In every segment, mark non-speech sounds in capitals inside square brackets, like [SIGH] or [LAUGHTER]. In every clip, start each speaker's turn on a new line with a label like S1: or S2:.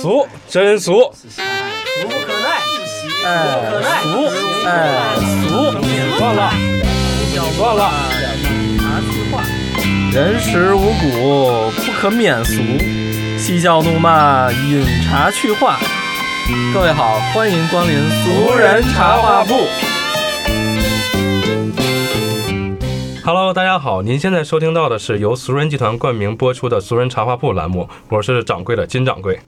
S1: 俗，真俗，
S2: 俗不可耐，
S1: 哎，
S2: 可耐
S1: 俗，哎，俗，算了，算了，
S3: 人食五谷，不可免俗。嬉笑怒骂，饮茶去话。各位好，欢迎光临俗人茶话铺。
S4: Hello，大家好，您现在收听到的是由俗人集团冠名播出的《俗人茶话铺》栏目，我是掌柜的金掌柜。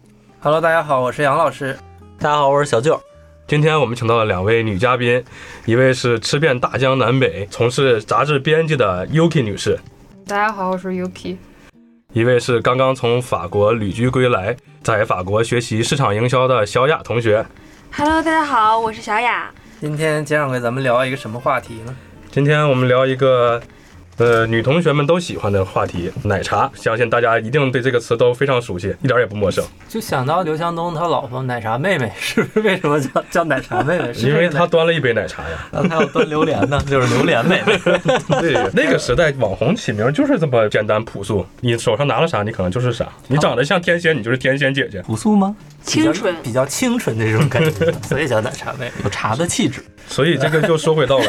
S2: Hello，大家好，我是杨老师。
S3: 大家好，我是小舅。
S4: 今天我们请到了两位女嘉宾，一位是吃遍大江南北、从事杂志编辑的 Yuki 女士，
S5: 大家好，我是 Yuki。
S4: 一位是刚刚从法国旅居归来，在法国学习市场营销的小雅同学。
S5: Hello，大家好，我是小雅。
S2: 今天接上给咱们聊一个什么话题呢？
S4: 今天我们聊一个，呃，女同学们都喜欢的话题——奶茶。相信大家一定对这个词都非常熟悉，一点也不陌生，
S2: 就想到刘强东他老婆奶茶妹妹，是不是为什么叫叫奶茶妹妹？ [LAUGHS] 是
S4: 因为她
S2: 她
S4: 端了一杯奶茶呀。
S3: 然后还有端榴莲的，就是榴莲
S2: [LAUGHS]
S3: 妹妹。
S4: 对，那个时代网红起名就是这么简单朴素，你手上拿了啥，你可能就是啥。你长得像天仙，你就是天仙姐姐。
S3: 朴素吗？
S5: 清纯，
S2: 比较清纯的这种感觉，所以叫奶茶妹妹。
S3: 有茶的气质。
S4: 所以这个就说回
S6: [LAUGHS]
S4: 到了，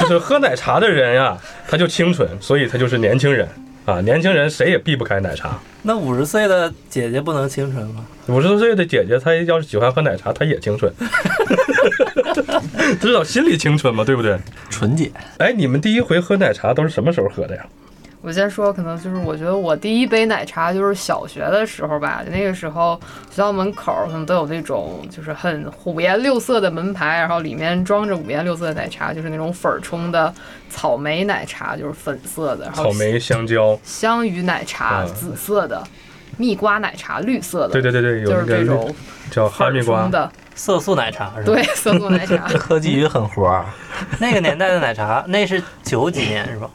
S4: 就是喝奶茶的人呀、他就清纯，所以他就是年轻人啊。年轻人谁也避不开奶茶。
S2: 那五十岁的姐姐不能清纯吗？
S4: 五十多岁的姐姐，她要是喜欢喝奶茶，她也清
S6: [LAUGHS]
S4: 纯，至少心里清纯嘛，对不对？
S3: 纯姐，
S4: 哎，你们第一回喝奶茶都是什么时候喝的呀？
S6: 我先说，可能就是我觉得我第一杯奶茶就是小学的时候吧，那个时候学校门口儿他们都有那种就是很五颜六色的门牌，然后里面装着五颜六色的奶茶，就是那种粉儿冲的草莓奶茶，就是粉色的，然后
S4: 草莓、香蕉，
S6: 香芋奶茶、
S4: 啊
S6: 紫色的，蜜瓜奶茶绿色的，
S4: 对对对对，有
S6: 就是
S4: 那
S6: 这
S4: 个
S6: 种
S4: 叫哈密
S6: 粉
S4: 瓜
S6: 冲，的，
S2: 色素奶茶是吧？
S6: 对，色素
S4: [LAUGHS]
S6: 奶茶。
S2: [LAUGHS]
S3: 科技与狠活儿。
S2: 那个年代的奶茶，那是九几年是吧？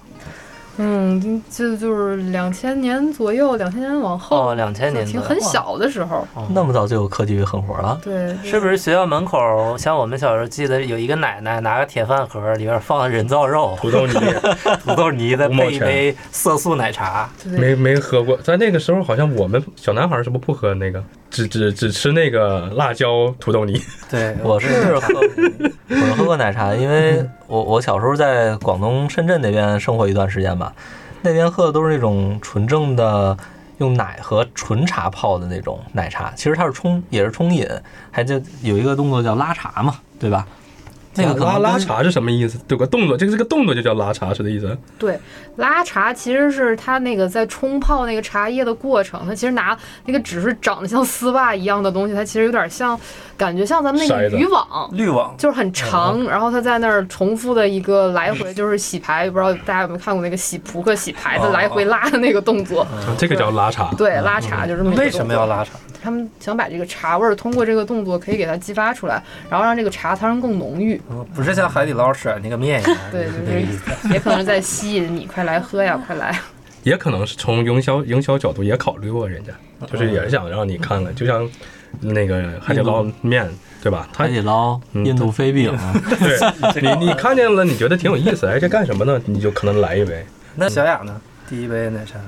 S6: 嗯，就就是两千年左右，两千年往后，
S2: 哦，两千年
S6: 挺
S2: 的
S6: 很小的时候，
S3: 那么早就有科技与狠活了？
S6: 对，
S2: 是不是学校门口，像我们小时候记得有一个奶奶拿个铁饭盒，里边放人造肉、
S4: 土
S6: [LAUGHS]
S4: 豆泥。
S2: 土豆泥，再配一杯色素奶茶。
S6: 对
S4: 没没喝过，在那个时候好像我们小男孩儿是不是不喝那个，只只只吃那个辣椒土豆泥。
S2: 对，
S3: 我
S2: 啊
S3: 是喝，我是喝过奶茶，因为我我小时候在广东深圳那边生活一段时间吧，那边喝的都是那种纯正的用奶和纯茶泡的那种奶茶，其实它是冲也是冲饮，还就有一个动作叫拉茶嘛，对吧？那个可
S4: 拉
S3: 能
S4: 拉
S3: 跟
S4: 茶是什么意思？有个动作，这个这个动作就叫拉茶是这意思。
S6: 对，拉茶其实是它那个在冲泡那个茶叶的过程，它其实拿那个只是长得像丝袜一样的东西，它其实有点像，感觉像咱们那
S4: 筛
S6: 个
S4: 子
S6: 渔网。
S2: 滤网嗯
S6: 就是很长，然后它在那儿重复的一个来回，就是洗牌，不知道大家有没有看过那个洗扑克洗牌的
S2: 哦嗯
S6: 来回拉的那个动作，
S4: 啊这个叫拉茶。
S6: 对，拉茶就是这么一个
S2: 为什么要
S6: 动作？
S2: 拉茶？
S6: 他们想把这个茶味儿通过这个动作可以给它激发出来，然后让这个茶汤更浓郁，
S2: 嗯不是像海底捞甩那个面一样，
S6: 对
S2: 就是
S6: 就是
S2: 那意思。
S6: 也可能是在吸引你，快来喝呀，快来！
S4: 也可能是从营销营销角度也考虑过人家，就是也想让你看看，就像那个海底捞面对吧？
S2: 哎
S4: 他
S3: 海底捞、
S4: 嗯
S3: 印度飞饼，啊
S4: 对你你看见了，你觉得挺有意思，哎，这干什么呢？你就可能来一杯。
S2: 那小雅呢？第一杯奶 [LAUGHS] 茶，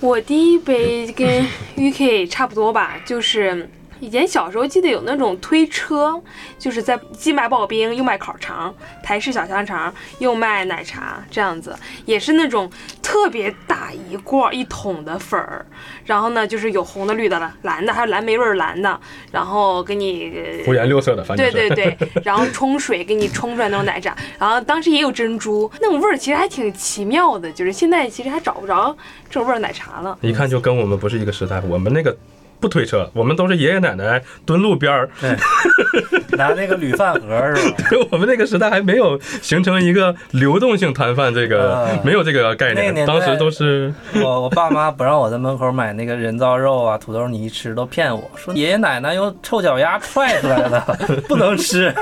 S5: 我第一杯跟 Yuki [LAUGHS] 差不多吧，就是以前小时候记得有那种推车，就是在既卖刨冰，又卖烤肠、台式小香肠，又卖奶茶这样子，也是那种特别大一罐儿一桶的粉儿，然后呢就是有红的、绿的了、蓝的，还有蓝莓味儿蓝的，然后给你呃
S4: 五颜六色的，反正
S5: 对
S4: 啊是
S5: 对对，然后冲水给你冲出来那种奶茶，然后当时也有珍珠，那种味儿其实还挺奇妙的，就是现在其实还找不着这种味儿奶茶了。
S4: 一看就跟我们不是一个时代。我们那个不推车，我们都是爷爷奶奶蹲路边儿， [LAUGHS]
S2: 拿那个铝饭盒是吧？
S4: 我们那个时代还没有形成一个流动性摊贩这个、
S2: 啊
S4: 没有这个概
S2: 那个
S4: 念，
S2: 年代
S4: 当时都是
S2: 我我爸妈不让我在门口买那个人造肉啊、土豆泥吃，都骗我说爷爷奶奶用臭脚丫踹出来的，不能吃，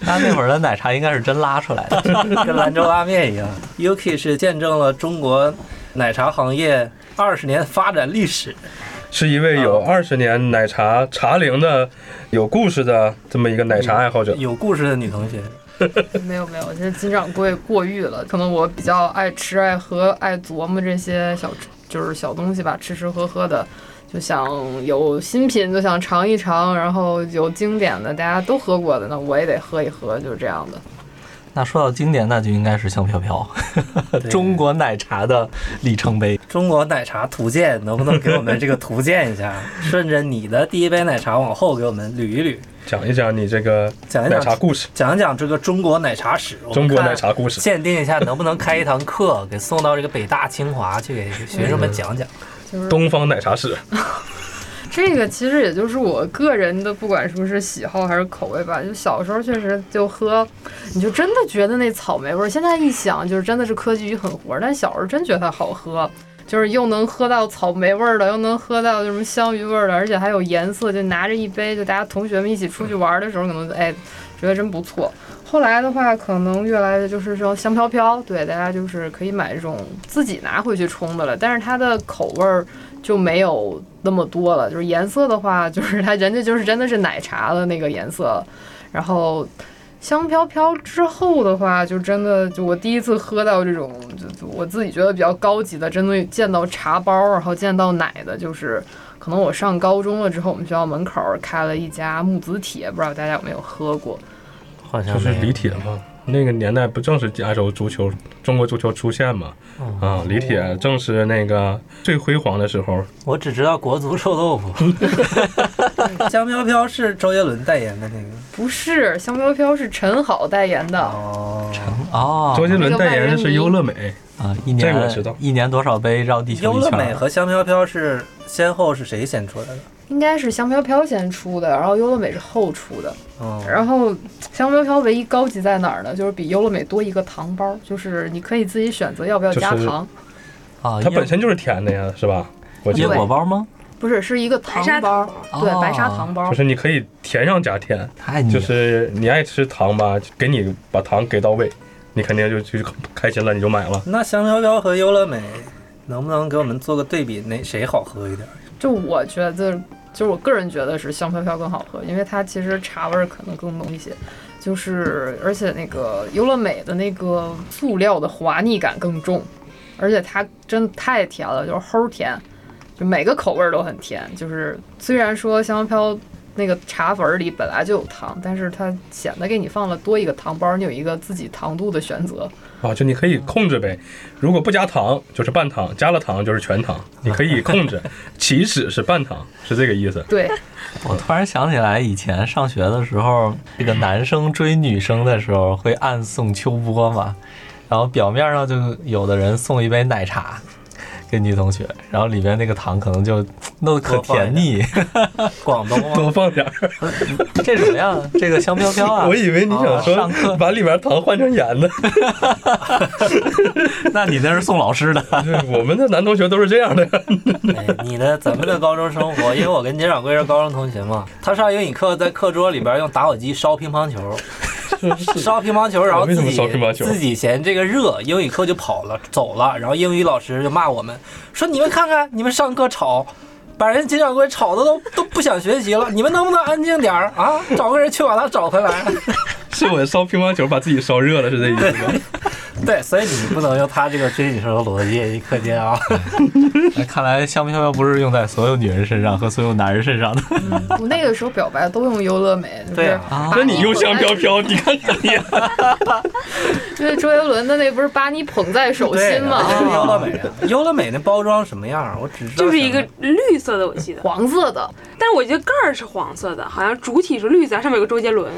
S3: 他那会儿的奶茶应该是真拉出来的。
S2: [LAUGHS] 跟兰州拉面一样。Yuki 是见证了中国奶茶行业二十年发展历史，
S4: 是一位有二十年奶茶茶龄的有故事的这么一个奶茶爱好者。
S2: 有故事的女同学。
S6: 没有没有，现在金掌柜过誉了，可能我比较爱吃、爱喝、爱琢磨这些小就是小东西吧，吃吃喝喝的，就想有新品就想尝一尝，然后有经典的大家都喝过的，那我也得喝一喝，就是这样的。
S3: 那说到经典，那就应该是香飘
S2: [LAUGHS]
S3: 飘，中国奶茶的里程碑。
S2: 中国奶茶图鉴能不能给我们这个图鉴一下？ [LAUGHS] 顺着你的第一杯奶茶往后给我们捋一捋，
S4: 讲一讲你这个
S2: 讲一
S4: 奶
S2: 讲
S4: 茶故事，
S2: 讲一讲这个中国奶茶史。我们
S4: 中国
S2: 看
S4: 奶茶故事。
S2: 鉴定一下能不能开一堂课，给送到这个北大清华去给学生们讲讲。
S6: 就是
S4: 东方奶茶史，
S6: [LAUGHS] 这个其实也就是我个人的，不管说是喜好还是口味吧。就小时候确实就喝，你就真的觉得那草莓味儿。现在一想，就是真的是科技与狠活，但小时候真觉得它好喝，就是又能喝到草莓味儿的，又能喝到什么香芋味儿的，而且还有颜色。就拿着一杯，就大家同学们一起出去玩的时候，可能哎觉得真不错。后来的话，可能越来越就是说香飘飘，对大家就是可以买这种自己拿回去冲的了，但是它的口味儿。就没有那么多了。就是颜色的话，就是它人家就是真的是奶茶的那个颜色。然后香飘飘之后的话，就真的就我第一次喝到这种，就就我自己觉得比较高级的，真的见到茶包，然后见到奶的，就是可能我上高中了之后，我们学校门口开了一家木子铁，不知道大家有没有喝过？
S3: 好像
S4: 就是
S3: 没有
S4: 李铁嘛。那个年代不正是亚洲足球、中国足球出现嘛？啊，李铁正是那个最辉煌的时候。
S2: 我只知道国足臭豆腐， [LAUGHS] 香飘飘是周杰伦代言的那个。
S6: 不是，香飘飘是陈好代言的。
S2: 哦，
S3: 哦
S4: 周杰伦代言的是优乐美，
S3: 啊，一
S4: 这
S3: 年
S4: 个我知道
S3: 一年多少杯绕地球
S2: 优
S3: 一
S2: 乐
S3: 圈
S2: 美
S3: 儿？
S2: 和香飘飘是先后是谁先出来的？
S6: 应该是香飘飘先出的，然后优乐美是后出的。
S2: 哦，
S6: 然后香飘飘唯一高级在哪儿呢？就是比优乐美多一个糖包，就是你可以自己选择要不要加
S4: 就是
S6: 糖，
S3: 啊，
S4: 它
S3: 椰
S4: 本身就是甜的呀，是吧？我记
S3: 椰
S4: 得
S3: 果包吗？
S6: 不是是一个
S5: 白
S6: 糖
S5: 砂
S6: 包，
S3: 糖
S6: 对
S3: 哦，
S6: 白砂糖包
S4: 就。是你可以甜上加甜，
S3: 太腻
S4: 就
S3: 了。
S4: 是你爱吃糖吧，给你把糖给到位，你肯定就就就开心了，你就买了。
S2: 那香飘飘和优乐美能不能给我们做个对比？哪谁好喝一点？
S6: 就我觉得，就是我个人觉得是香飘飘更好喝，因为它其实茶味儿可能更浓一些。就是，而且那个优乐美的那个塑料的滑腻感更重，而且它真的太甜了，就是齁甜，就每个口味儿都很甜。就是虽然说香飘那个茶粉儿里本来就有糖，但是它显得给你放了多一个糖包，你有一个自己糖度的选择。
S4: 啊，就你可以控制呗。如果不加糖就是半糖，加了糖就是全糖，你可以控制。起始是半糖，是这个意思。
S6: 对，
S3: 我突然想起来，以前上学的时候，这个男生追女生的时候会暗送秋波嘛，然后表面上就有的人送一杯奶茶给女同学，然后里面那个糖可能就弄得可
S2: 多放一
S3: 甜腻，
S2: [LAUGHS] 广东吗？
S4: 多放点儿，
S3: 这什么呀？这个香飘飘啊
S4: 我！以为你想
S3: 上课
S4: 说把里面糖换成盐呢。
S3: 那你那是送老师的，
S4: 对我们的男同学都是这样的。
S2: [LAUGHS] 哎，你的咱们的高中生活，因为我跟金掌柜是高中同学嘛，他上英语课在课桌里边用打火机烧乒乓球， [LAUGHS] 烧乒乓球，然后
S4: 为
S2: 自
S4: 什么
S2: 己
S4: 烧乒乓球
S2: 自己嫌这个热，英语课就跑了走了，然后英语老师就骂我们说你们看看你们上课吵。把人金掌柜吵的都都不想学习了，你们能不能安静点儿啊？找个人去把他找回来。
S4: 是我烧乒乓球把自己烧热了，是这意思吗？
S2: [LAUGHS] 对，所以你不能用他这个追女生的逻辑，课间啊。
S3: 看来香飘飘不是用在所有女人身上和所有男人身上的。
S6: 我那个时候表白都用优乐美，就是
S2: 对啊
S3: 啊
S6: 把
S4: 那你
S6: 你
S4: 又
S6: 捧在
S4: 香飘 [LAUGHS] 飘，你看看你，
S6: 因为周杰伦的那不是把你捧在手
S2: 对，
S6: 心吗？
S2: 就是
S6: 啊
S2: [LAUGHS] 优乐美啊，优乐美那包装什么样儿？啊我只知道
S5: 就是
S2: 想
S5: 一个绿色的，我记
S6: [LAUGHS]
S5: 得，
S6: 黄色的，
S5: 但是我记得盖儿是黄色的，好像主体是绿色，上面有个周杰伦。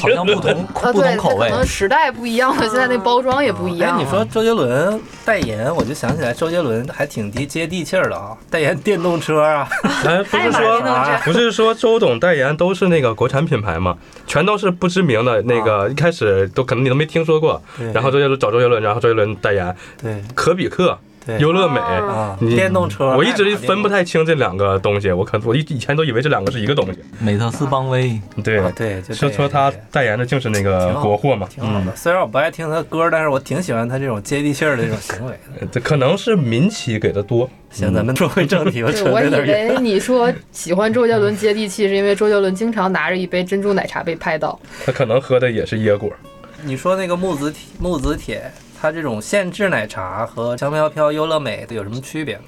S3: 好像不同
S6: 啊，
S3: 不
S6: 对，它
S3: 同口
S6: 可
S3: 味。
S6: 能时代不一样了，现在那包装也不一样。啊
S2: 哎，你说周杰伦代言，我就想起来周杰伦还挺接接地气儿的啊，代言电动车啊，
S4: 哎，不是
S5: 爱
S4: 说
S5: 马仕
S2: 啊，
S4: 不是说周董代言都是那个国产品牌嘛，全都是不知名的那个，一开始都可能你都没听说过
S2: 对。
S4: 然后周杰伦找周杰伦，然后周杰伦代言
S2: 对
S4: 可比克、
S2: 对
S4: 优乐美。
S5: 啊
S2: 啊，
S4: 你
S2: 电动车，
S4: 我一直
S2: 爱玛
S4: 分不太清这两个东西，我可我以以前都以为这两个是一个东西。
S3: 美特斯邦威，
S4: 对
S2: 啊，对，就
S4: 说说他嗯代言的竟是那个
S2: 挺好
S4: 国货嘛，
S2: 挺好的。虽然我不爱听他歌，但是我挺喜欢他这种接地气儿的这种行为的。
S4: 嗯这可能是民企给的多。
S2: 行，咱哎们说 [LAUGHS] 回正题，我扯
S6: 对，我
S2: 有
S6: 以
S2: 点远。
S6: 为你说喜欢周杰伦接地气，是因为周杰伦经常拿着一杯珍珠奶茶被拍到。
S4: 他可能喝的也是椰果，
S2: 你说那个木子铁木子铁，它这种现制奶茶和香飘飘、优乐美有什么区别？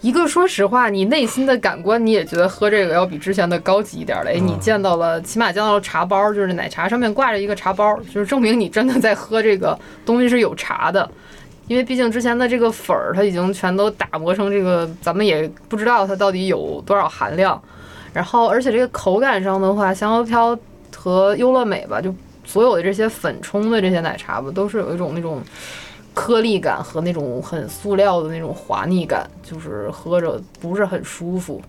S6: 一个说实话，你内心的感官你也觉得喝这个要比之前的高级一点儿嘞。你见到了，起码见到了茶包，就是奶茶上面挂着一个茶包，就是证明你真的在喝这个东西是有茶的。因为毕竟之前的这个粉儿，它已经全都打磨成这个，咱们也不知道它到底有多少含量。然后，而且这个口感上的话，香飘飘和优乐美吧，就所有的这些粉冲的这些奶茶吧，都是有一种那种颗粒感和那种很塑料的那种滑腻感，就是喝着不是很舒服。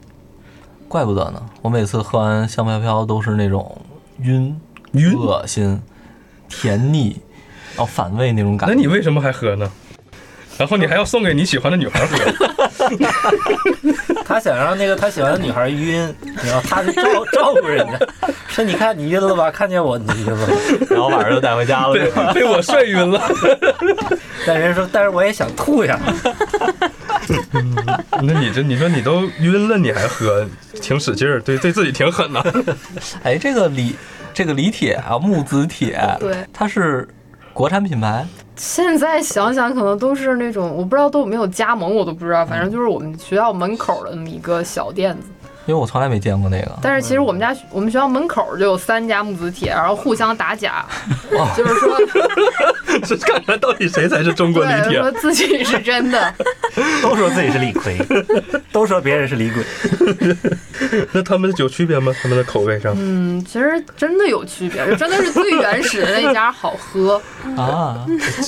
S3: 怪不得呢，我每次喝完香飘飘都是那种晕、
S4: 晕
S3: 恶心、甜腻，然后反胃那种感
S4: 那
S3: 觉。
S4: 你为什么还喝呢？然后你还要送给你喜欢的女孩喝，
S2: 他想让那个他喜欢的女孩晕，然后他去照照顾人家，说你看你晕了吧，看见我你晕了吧，
S3: 然后晚上就带回
S4: [LAUGHS]
S3: 家了，是吧
S4: 被我帅晕了。 [LAUGHS]
S2: 但人家说但是我也想吐呀，
S4: 那你这你说你都晕了，你还喝，挺使劲儿，对对自己挺狠呐、 [LAUGHS]
S3: 哎，这个李这个李铁啊，木子铁，
S6: 对，
S3: 它是国产品牌，
S6: 现在想想，可能都是那种我不知道都有没有加盟，我都不知道，
S4: 嗯
S6: 反正就是我们学校门口的那么一个小店子。
S3: 因为我从来没见过那个。
S6: 但是其实我们家
S4: 嗯
S6: 学我们学校门口就有三家木子铁，然后互相打假，
S4: 哦
S6: 就是说
S4: 这看看到底谁才是中国李
S6: 对
S4: 铁
S6: 说？自己是真的。
S1: 都说自己是李逵，都说别人是李鬼。
S4: 那他们有区别吗？他们的口味上？
S6: 嗯，其实真的有区别，就真的是最原始的那家好喝。
S3: 啊，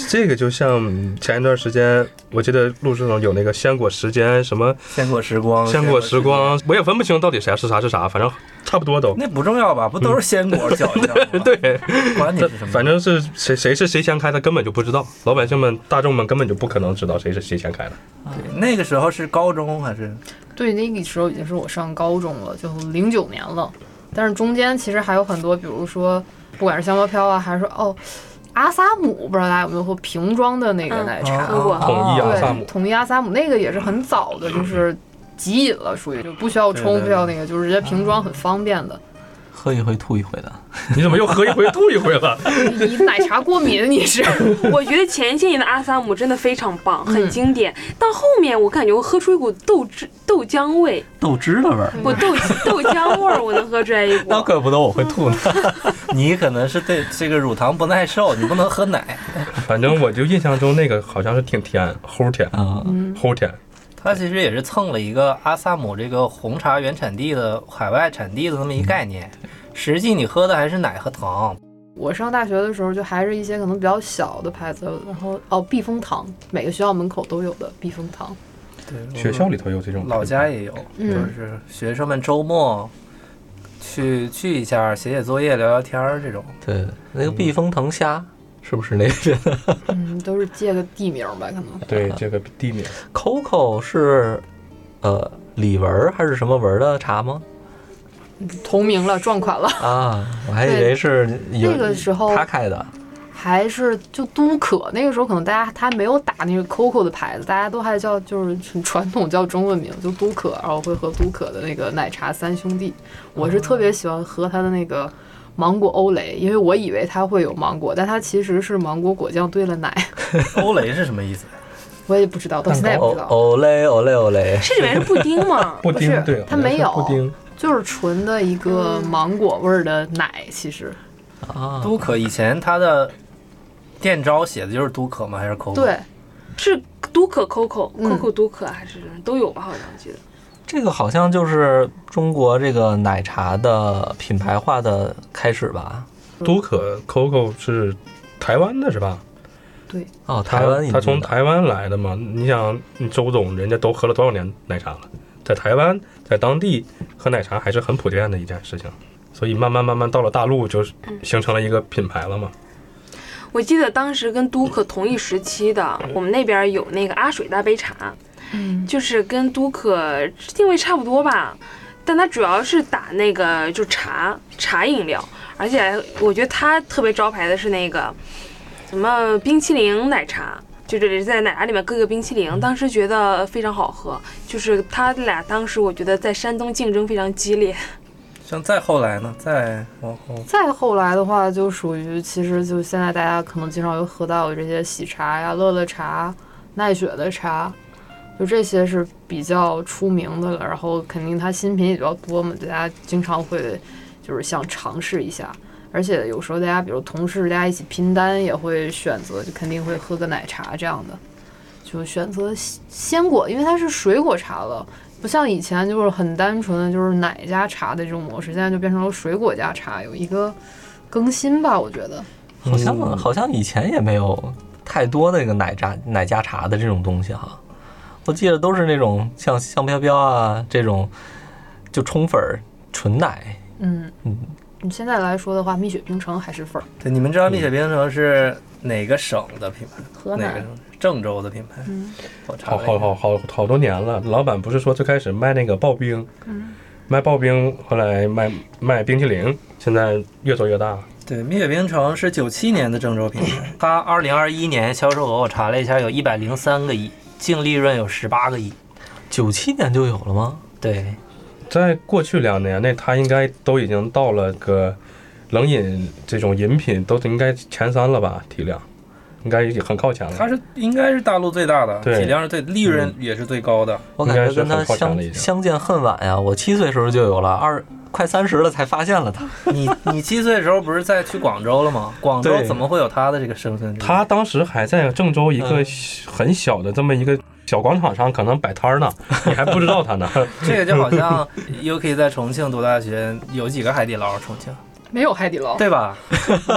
S4: 这个就像前一段时间，我记得陆志总有那个鲜果时间，什么
S2: 鲜果时光，
S4: 鲜果时，光，我也分不清到底啥是啥是啥，反正差不多都。
S2: 那不重要吧？不
S3: 嗯
S2: 都是鲜果搅
S3: [LAUGHS]
S2: 一搅吗？
S4: 对，
S2: 管你
S4: 这
S2: 是什么，
S4: 反正是谁谁是谁先开的，根本就不知道，老百姓们、大众们根本就不可能知道谁是谁先开的。
S2: 对那个时候是高中还是
S6: 对，那个时候已经是我上高中了，就零九年了。但是中间其实还有很多，比如说不管是香飘飘啊，还是说哦阿萨姆，不知道大家有没有喝瓶装的那个
S5: 嗯
S6: 奶茶？
S2: 哦
S5: 喝过
S3: 啊
S4: 统一阿萨
S6: 对，
S4: 姆，
S6: 统一阿萨姆那个也是很早的，就是即饮了，属于就不需要
S2: 对
S6: 冲，
S2: 对
S6: 不需要那个，就是人家瓶装很方便的。
S3: 喝一回吐一回的，
S4: 你怎么又喝一回吐一回了？
S6: 你奶茶过敏，你是？
S5: 我觉得前些年的阿萨姆真的非常棒，很
S6: 嗯
S5: 经典。到后面我感觉我喝出一股豆汁豆浆味，
S3: 豆汁的味儿。
S5: 我豆豆浆味儿我能喝出来一股
S3: 那。怪不得我会吐呢。
S2: 你可能是对这个乳糖不耐受，你不能喝
S6: [LAUGHS]
S2: 奶。
S4: 反正我就印象中那个好像是挺甜，齁甜，
S3: 啊，
S4: 齁甜。
S2: 它其实也是蹭了一个阿萨姆这个红茶原产地的海外产地的那么一概念，
S6: 嗯
S2: 实际你喝的还是奶和糖。
S6: [LAUGHS] 我上大学的时候就还是一些可能比较小的牌子，然后哦避风塘，每个学校门口都有的避风塘。
S2: 对
S4: 学校里头有这种，
S2: 老家也有，
S6: 嗯
S2: 就是学生们周末去去一下，写写作业、聊聊天儿这种。
S3: 对，那个避风塘虾是不是那边的
S6: 嗯，都是借个地名吧，可能。
S4: 对这个地名，
S3: [LAUGHS] ？Coco 是呃李文儿还是什么文儿的茶吗？
S6: 同名了，撞款了。
S3: 啊，我还以为是有
S6: 那个时候
S3: 他开的。
S6: [LAUGHS] 还是就都可那个时候，可能大家他没有打那个 COCO 的牌子，大家都还叫就是很传统叫中文名，就都可，然后会喝都可的那个奶茶三兄弟。我是特别喜欢喝它的那个芒果欧蕾，因为我以为它会有芒果，但它其实是芒果果酱兑了奶， [LAUGHS]
S2: 欧蕾是什么意思？
S6: 我也不知道，到现在也不
S3: 哦
S6: 知道，
S3: 哦嘞哦嘞哦嘞，
S5: 这里面是布丁吗？
S4: 布丁
S6: 不是
S4: 对，
S6: 它没有
S4: 好像是布丁。
S6: 就是纯的一个芒果味儿的奶，其实
S3: 啊，
S2: [LAUGHS] 都可以前它的店招写的就是都可吗？还是口？
S6: 对，。
S5: 是都可 COCO、
S6: 嗯
S5: COCO 都可还是都有吧？好像我记得。
S3: 这个好像就是中国这个奶茶的品牌化的开始吧？
S4: 都可 Coco 是台湾的是吧？
S3: 哦，台湾引
S4: 他
S3: 进
S4: 从
S3: 的
S4: 台湾来的嘛？你想，你周总人家都喝了多少年奶茶了，在台湾，在当地喝奶茶还是很普遍的一件事情，所以慢慢慢慢到了大陆，就是形成了一个品牌了嘛。
S5: 我记得当时跟都可同一时期的，我们那边有那个阿水大杯茶，
S6: 嗯，
S5: 就是跟都可定位差不多吧，但它主要是打那个就茶茶饮料，而且我觉得它特别招牌的是那个什么冰淇淋奶茶。就这里在奶茶里面搁个冰淇淋，当时觉得非常好喝。就是它俩当时我觉得在山东竞争非常激烈，
S2: 像再后来呢，再往后，
S6: 再后来的话，就属于其实就现在大家可能经常会喝到的这些喜茶呀、乐乐茶、奈雪的茶，就这些是比较出名的了。然后肯定它新品也比较多嘛，大家经常会就是想尝试一下。而且有时候大家比如同事大家一起拼单也会选择，就肯定会喝个奶茶这样的，就选择鲜鲜果，因为它是水果茶了。不像以前就是很单纯的就是奶加茶的这种模式，现在就变成了水果加茶，有一个更新吧，我觉得。
S3: 好像
S4: 嗯
S3: 好像以前也没有太多那个奶茶奶加茶的这种东西哈，我记得都是那种像香飘飘啊这种，就冲粉儿纯奶，
S6: 嗯
S3: 嗯，
S6: 你现在来说的话，蜜雪冰城还是粉儿，
S2: 对，你们知道蜜雪冰城是哪个省的品牌？
S6: 河
S2: 哪个
S6: 南
S2: 省？郑州的品牌。
S6: 嗯
S2: 我查
S4: 好
S2: 了一下
S4: 好好好好多年了。老板不是说最开始卖那个刨冰，卖刨冰，后来卖卖冰淇淋，现在越做越大了。
S2: 对，蜜雪冰城是九七年的郑州品 [LAUGHS] 牌，它二零二一年销售额我查了一下，有一百零三个亿，净利润有十八个亿。
S3: 九七年就有了吗？
S2: 对，
S4: 在过去两年内，它应该都已经到了个冷饮这种饮品都应该前三了吧，体量应该也很靠前
S2: 它
S4: 了。
S2: 是应该是大陆最大的，
S4: 对
S2: 体量是最，利润也是最高的。
S3: 我感觉跟
S4: 应
S3: 它
S4: 该是很靠前了已
S3: 相
S4: 经
S3: 相见恨晚呀，我七岁时候就有了，二快三十了才发现了它。
S2: 你你七岁的时候不是在去广州了 [LAUGHS] 吗？广州
S3: 对
S2: 怎么会有它的这个身份？ [LAUGHS]
S4: 他当时还在郑州一个
S3: 嗯
S4: 很小的这么一个小广场上，可能摆摊儿
S2: [LAUGHS]
S4: 呢，你还不知道他呢。
S2: 这个就好像 UK 在重庆读大学，有几个海底捞？重庆
S6: 没有海底
S2: [LAUGHS]
S6: 捞，
S2: 对吧？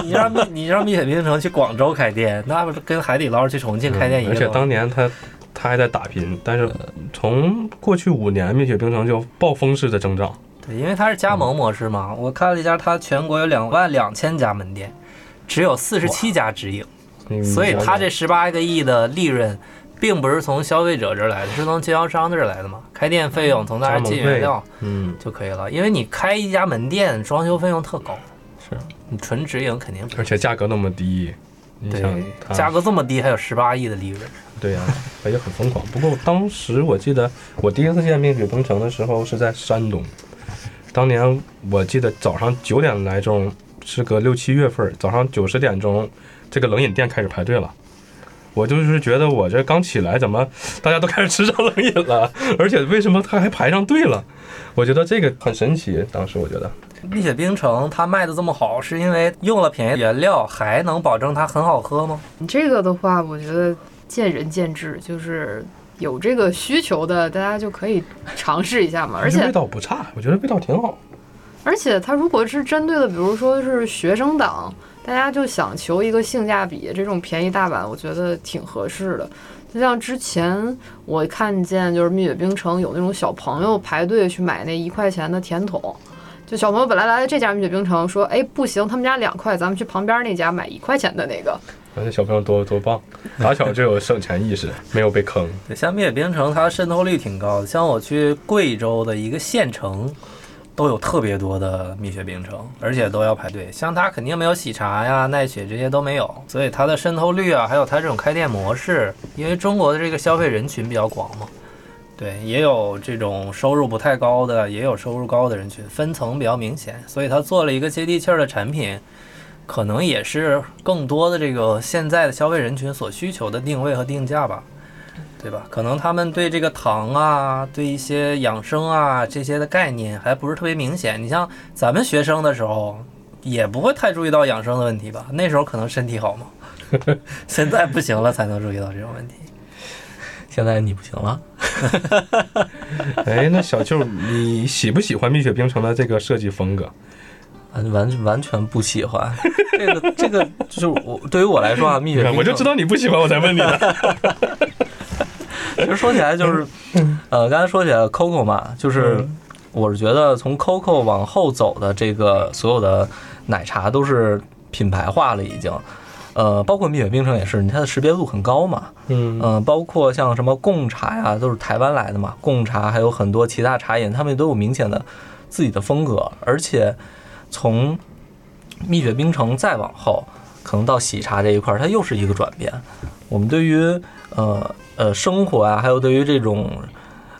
S2: 你让蜜你让蜜雪冰城去广州开店，那不是跟海底捞去重 [LAUGHS] 庆开店一
S4: 嗯而
S2: 个
S4: 且
S2: 道理？
S4: 当年他他还在打拼，但是从过去五年，蜜雪冰城就暴风式的增长。
S2: 对，因为它是加盟模式嘛。我看了一下，它全国有两万两千家门店，只有四十七家直营，
S4: 嗯
S2: 所以它
S4: 了
S2: 这十八个亿的利润，并不是从消费者这儿来的，是从经销商这儿来的嘛。开店费用从那儿
S4: 加
S2: 进
S4: 盟
S2: 原
S4: 费
S2: 料
S4: 嗯，
S2: 就可以了，因为你开一家门店，装修费用特高，
S4: 是
S2: 你纯直营肯定不
S4: 而且价格那么低，你
S2: 对
S4: 想它
S2: 价格这么低，还有十八亿的利润。
S4: 对呀、哎也很疯狂。不过当时我记得我第一次见蜜雪冰城的时候是在山东，当年我记得早上九点来钟，是个六七月份儿，早上九十点钟，这个冷饮店开始排队了。我就是觉得我这刚起来，怎么大家都开始吃上冷饮了？而且为什么他还排上队了？我觉得这个很神奇。当时我觉得，
S2: 蜜雪冰城它卖的这么好，是因为用了便宜原料，还能保证它很好喝吗？
S6: 你这个的话，我觉得见仁见智，就是有这个需求的，大家就可以尝试一下嘛。而
S4: 这味
S6: 且
S4: 道不差，我觉得味道挺好。
S6: 而且，它如果是针对的，比如说是学生党，大家就想求一个性价比，这种便宜大碗，我觉得挺合适的。就像之前我看见，就是蜜雪冰城有那种小朋友排队去买那一块钱的甜筒。就小朋友本来来这家蜜雪冰城，说，哎，不行，他们家两块，咱们去旁边那家买一块钱的那个。
S4: 而且小朋友多多棒，打小就有省钱意识，没有被坑。
S2: 对，像蜜雪冰城，它渗透率挺高的。像我去贵州的一个县城，都有特别多的蜜雪冰城，而且都要排队。像它肯定没有喜茶呀、奈雪这些都没有，所以它的渗透率啊，还有它这种开店模式，因为中国的这个消费人群比较广嘛，对，也有这种收入不太高的，也有收入高的人群，分层比较明显，所以它做了一个接地气儿的产品。可能也是更多的这个现在的消费人群所需求的定位和定价吧。对吧？可能他们对这个糖啊，对一些养生啊这些的概念还不是特别明显。你像咱们学生的时候，也不会太注意到养生的问题吧？那时候可能身体好嘛， [LAUGHS] 现在不行了才能注意到这种问题。
S3: 现在你不行了，
S4: 哎，那小舅，你喜不喜欢蜜雪冰城的这个设计风格？
S3: 完完完全不喜欢这个这个，就是我对于我来说啊，蜜雪冰城
S4: 我就知道你不喜欢，我才问你的。
S3: 其实说起来就是，呃，刚才说起来 Coco 嘛，就是我是觉得从 Coco 往后走的这个所有的奶茶都是品牌化了，已经。呃，包括蜜雪冰城也是，你它的识别度很高嘛。
S4: 嗯，
S3: [LAUGHS] 嗯、包括像什么贡茶呀，都是台湾来的嘛。贡茶还有很多其他茶饮，他们都有明显的自己的风格。而且从蜜雪冰城再往后，可能到喜茶这一块儿，它又是一个转变。我们对于呃呃生活啊，还有对于这种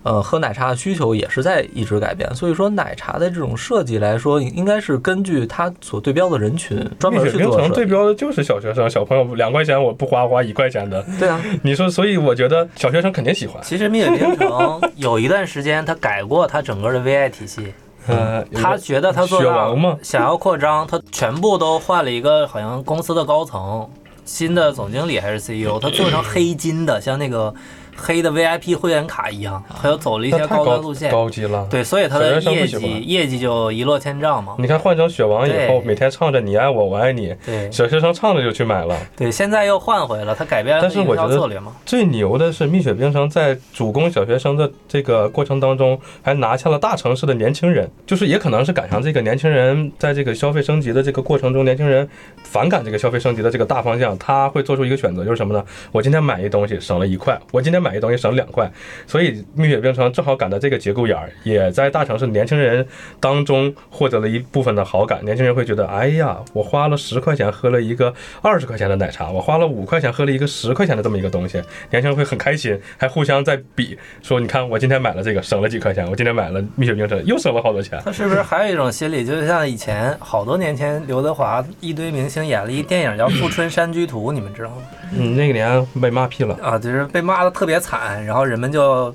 S3: 呃，喝奶茶的需求也是在一直改变。所以说，奶茶的这种设计来说，应该是根据它所对标的人群专门
S4: 蜜雪
S3: 去
S4: 冰
S3: 做设
S4: 城
S3: 计。
S4: 对标的就是小学生、小朋友，两块钱我不花，花一块钱的。
S3: 对啊，
S4: [LAUGHS] 你说，所以我觉得小学生肯定喜欢。
S2: 其实蜜雪冰城有一段时间，他改过他整个的 VI 体系，
S4: 嗯，
S2: 他觉得他做
S4: 雪
S2: 到
S4: 王嘛
S2: 想要扩张，他全部都换了一个好像公司的高层，新的总经理还是 CEO，他做成黑金的，像那个黑的 VIP 会员卡一样，他又走了一
S4: 那
S2: 些
S4: 太
S2: 高端路线，
S4: 高级了。，
S2: 对，所以他的
S4: 小学生
S2: 业
S4: 不嗯喜
S2: 绩
S4: 欢
S2: 业绩就一落千丈嘛。
S4: 你看换成雪王以后，
S2: 对
S4: 每天唱着你爱我，我爱你，
S2: 对
S4: 小学生唱着就去买了。
S2: 对，现在又换回了，他改变了
S4: 但是
S2: 营
S4: 我觉
S2: 销
S4: 得嗯
S2: 策略嘛。
S4: 最牛的是蜜雪冰城在主攻小学生的这个过程当中，还拿下了大城市的年轻人，就是也可能是赶上这个年轻人在这个消费升级的这个过程中，年轻人反感这个消费升级的这个大方向，他会做出一个选择，就是什么呢？我今天买一东西省了一块，我今天买一东西省两块，所以蜜雪冰城正好赶到这个节骨眼儿，也在大城市年轻人当中获得了一部分的好感，年轻人会觉得，哎呀，我花了十块钱喝了一个二十块钱的奶茶，我花了五块钱喝了一个十块钱的这么一个东西，年轻人会很开心，还互相在比，说你看我今天买了这个省了几块钱，我今天买了蜜雪冰城又省了好多钱。
S2: 他是不是还有一种心理，就像以前好多年前刘德华一堆明星演了一电影叫《富春山居图》，你们知道吗？
S4: 嗯，那个年被骂屁了。
S2: 啊，就是被骂的特别惨，然后人们就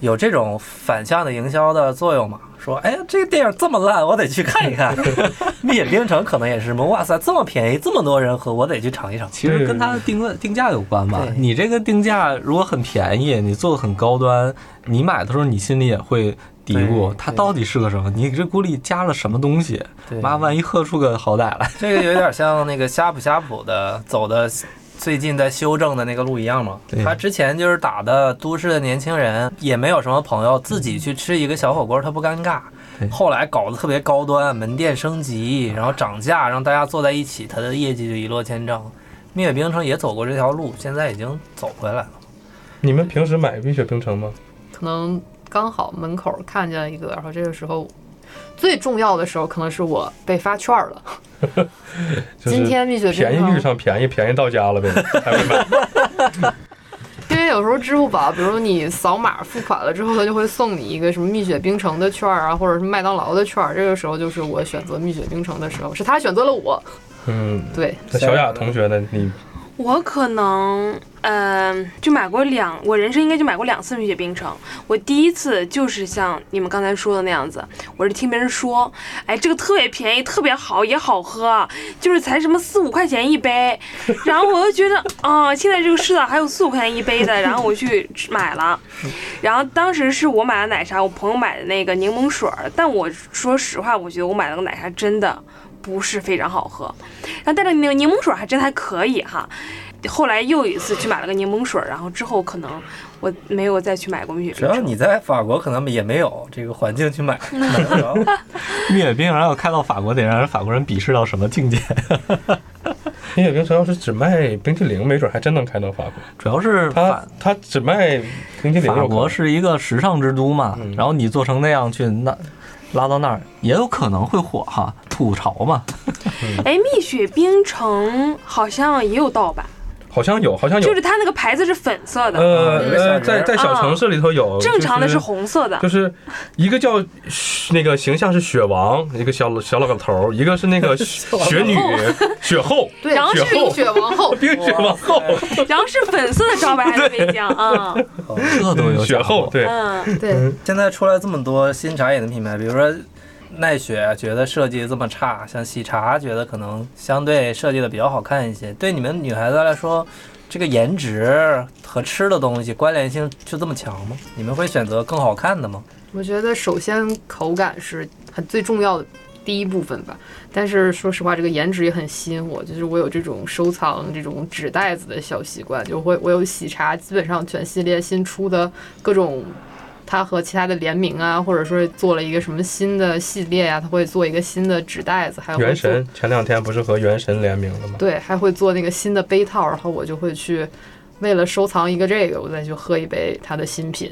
S2: 有这种反向的营销的作用嘛，说哎呀这个电影这么烂，我得去看一看。 [LAUGHS] 蜜雪冰城可能也是嘛，哇塞这么便宜，这么多人喝，我得去尝一尝。
S3: 其实跟它的定论定价有关吧。
S2: 对
S3: 你这个定价如果很便宜，你做的很高端，你买的时候你心里也会嘀咕
S2: 对，
S3: 它到底是个什么？你这锅里加了什么东西？
S2: 对，
S3: 妈，万一喝出个好歹来，
S2: [LAUGHS] 这个有点像那个呷哺呷哺的走的最近在修正的那个路一样嘛
S3: 对。
S2: 他之前就是打的都市的年轻人，也没有什么朋友，自己去吃一个小火锅他不尴尬
S3: 对。
S2: 后来搞得特别高端，门店升级，然后涨价，让大家坐在一起，他的业绩就一落千丈。蜜雪冰城也走过这条路，现在已经走回来了。
S4: 你们平时买蜜雪冰城吗？
S6: 可能刚好门口看见一个，然后这个时候最重要的时候，可能是我被发券了。
S4: 就是
S6: 今天蜜雪冰
S4: 便宜遇
S6: 城，
S4: 上便宜，便宜到家了呗，还会买。
S6: 因为有时候支付宝，比如你扫码付款了之后，它就会送你一个什么蜜雪冰城的券啊，或者是麦当劳的券儿。这个时候就是我选择蜜雪冰城的时候，是他选择了我。
S4: 嗯，
S6: 对，
S4: 那小雅同学呢？你
S5: 我可能，嗯、就买过两，我人生应该就买过两次蜜雪冰城。我第一次就是像你们刚才说的那样子，我是听别人说，哎，这个特别便宜，特别好，也好喝，就是才什么四五块钱一杯。然后我就觉得，啊、现在这个市场还有四五块钱一杯的，然后我去买了。然后当时是我买的奶茶，我朋友买的那个柠檬水儿，但我说实话，我觉得我买的那个奶茶真的不是非常好喝。然后但是那个柠檬水儿还真还可以哈。后来又有一次去买了个柠檬水儿，然后之后可能我没有再去买过蜜雪
S2: 只
S5: 冰
S2: 要
S5: 城。
S2: 你在法国，可能也没有这个环境去 [LAUGHS] 买。
S3: 蜜雪冰城要开到法国，得让人法国人鄙视到什么境界？
S4: 蜜雪冰城要是只卖冰淇淋，没准还真能开到法国。
S3: 主要是
S4: 他
S3: 法
S4: 他只卖冰淇淋有可能。
S3: 法国是一个时尚之都嘛，然后你做成那样去那拉到那儿，也有可能会火哈，吐槽嘛。
S5: 哎，蜜雪冰城好像也有盗版，
S4: 好像有，好像有，
S5: 就是它那个牌子是粉色的，啊
S4: 呃
S2: 哦那个小
S4: 呃，
S2: 人
S4: 在在小城市里头有，
S5: 正常的。
S4: 就是
S5: 红色的。
S4: 就是一个叫雪那个形象是雪王，一个小小老头儿，一个是那
S5: [LAUGHS]
S4: 个雪雪女、 [LAUGHS] 雪后，
S6: 对，
S5: 然后
S4: 是
S6: 冰雪王后，
S4: 冰雪王后，
S5: 然后是粉色的招牌还是微酱啊，
S3: 这都
S4: [LAUGHS]
S3: 有
S4: 雪
S3: 假
S4: 后
S3: 货，
S4: 对，
S5: 嗯，
S6: 对，
S2: 现在出来这么多新茶饮的品牌，比如说奈雪啊觉得设计这么差，像喜茶觉得可能相对设计的比较好看一些。对你们女孩子来说，这个颜值和吃的东西关联性就这么强吗？你们会选择更好看的吗？
S6: 我觉得首先口感是很最重要的第一部分吧，但是说实话，这个颜值也很吸引我，就是我有这种收藏这种纸袋子的小习惯，就会我有喜茶，基本上全系列新出的各种。它和其他的联名啊，或者说做了一个什么新的系列呀、啊，它会做一个新的纸袋子，还有会
S4: 原
S6: 做
S4: 神前两天不是和原神联名了吗？
S6: 对，还会做那个新的杯套，然后我就会去为了收藏一个这个，我再去喝一杯它的新品。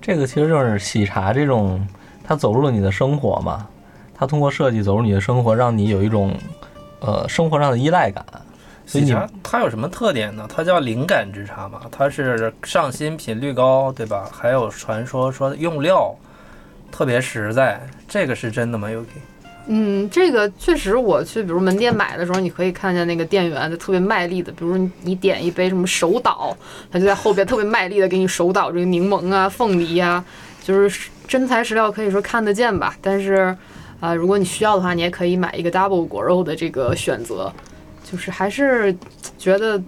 S3: 这个其实就是喜茶这种，它走入了你的生活嘛，它通过设计走入你的生活，让你有一种呃生活上的依赖感。
S2: 所以它它有什么特点呢？它叫灵感之茶嘛，它是上新频率高，对吧？还有传说说用料特别实在，这个是真的吗？Yuki？
S6: 嗯，这个确实，我去比如门店买的时候，你可以看见那个店员就特别卖力的，比如你点一杯什么手倒，他就在后边特别卖力的给你手倒这个柠檬啊、凤梨啊，就是真材实料，可以说看得见吧。但是，啊、如果你需要的话，你也可以买一个 double 果肉的这个选择，就是还是觉得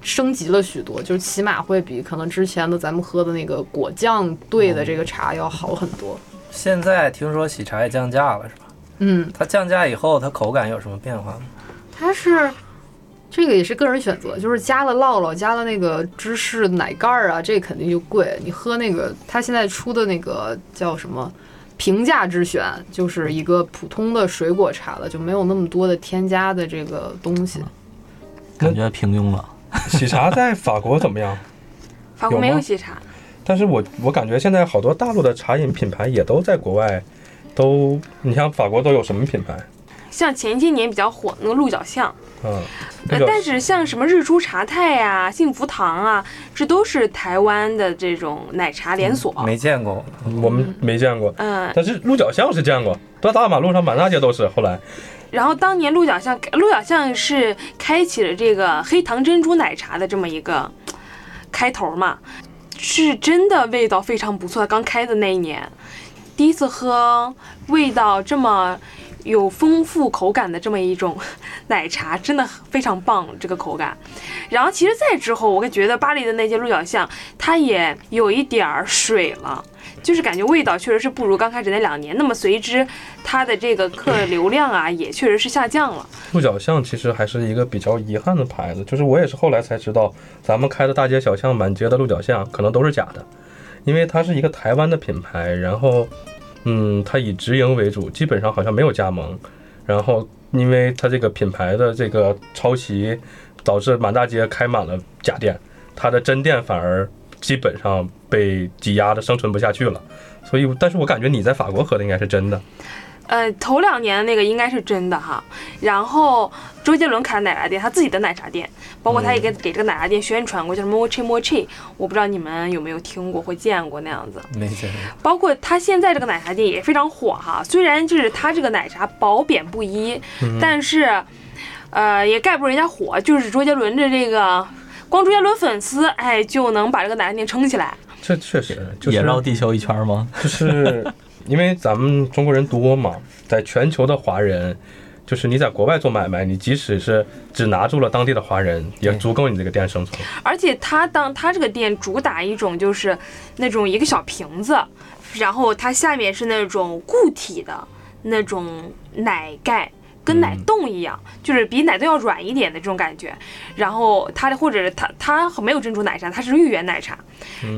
S6: 升级了许多，就是起码会比可能之前的咱们喝的那个果酱兑的这个茶要好很多。
S2: 现在听说喜茶也降价了，是吧？
S6: 嗯，
S2: 它降价以后，它口感有什么变化吗？
S6: 它是这个也是个人选择，就是加了酪酪，加了那个芝士奶盖儿啊，这肯定就贵。你喝那个，它现在出的那个叫什么平价之选，就是一个普通的水果茶了，就没有那么多的添加的这个东西。
S3: 感觉平庸了。
S4: 喜茶在法国怎么样？
S5: 法国没
S4: 有
S5: 有
S4: 吗
S5: 喜茶，
S4: 但是我我感觉现在好多大陆的茶饮品牌也都在国外，都你像法国都有什么品牌？
S5: 像前些年比较火那个鹿角巷，
S4: 嗯，那
S5: 呃，
S4: 个
S5: 但是像什么日出茶太呀、幸福堂啊，这都是台湾的这种奶茶连锁。
S4: 嗯
S2: 没见过， [LAUGHS]
S4: 我们没见过，
S5: 嗯，
S4: 但是鹿角巷是见过，在大马路上满大街都是。后来
S5: 然后当年鹿角巷，鹿角巷是开启了这个黑糖珍珠奶茶的这么一个开头嘛，是真的味道非常不错。刚开的那一年，第一次喝味道这么有丰富口感的这么一种奶茶，真的非常棒，这个口感。然后其实再之后，我会觉得巴黎的那间鹿角巷，它也有一点儿水了。就是感觉味道确实是不如刚开始那两年，那么随之它的这个客流量啊，也确实是下降了。
S4: 鹿角巷其实还是一个比较遗憾的牌子，就是我也是后来才知道，咱们开的大街小巷满街的鹿角巷可能都是假的，因为它是一个台湾的品牌，然后嗯，它以直营为主，基本上好像没有加盟，然后因为它这个品牌的这个抄袭，导致满大街开满了假店，它的真店反而基本上被挤压的生存不下去了。所以，但是我感觉你在法国喝的应该是真的，
S5: 呃，头两年那个应该是真的哈。然后周杰伦开的奶茶店，他自己的奶茶店，包括他也给给这个奶茶店宣传过，叫什么 Mochi Mochi，我不知道你们有没有听过或见过那样子。
S2: 没见过。
S5: 包括它现在这个奶茶店也非常火哈，虽然就是它这个奶茶褒贬不一，但是，呃，也盖不住人家火，就是周杰伦的这个，光周杰伦粉丝哎就能把这个奶茶店撑起来。
S4: 这确实就是
S3: 也绕地球一圈吗？
S4: [LAUGHS] 就是因为咱们中国人多嘛，在全球的华人，就是你在国外做买卖，你即使是只拿住了当地的华人，也足够你这个店生存。
S5: 而且它当它这个店主打一种就是那种一个小瓶子，然后它下面是那种固体的那种奶盖。跟奶冻一样，就是比奶冻要软一点的这种感觉。然后它的或者是它它没有珍珠奶茶，它是芋圆奶茶。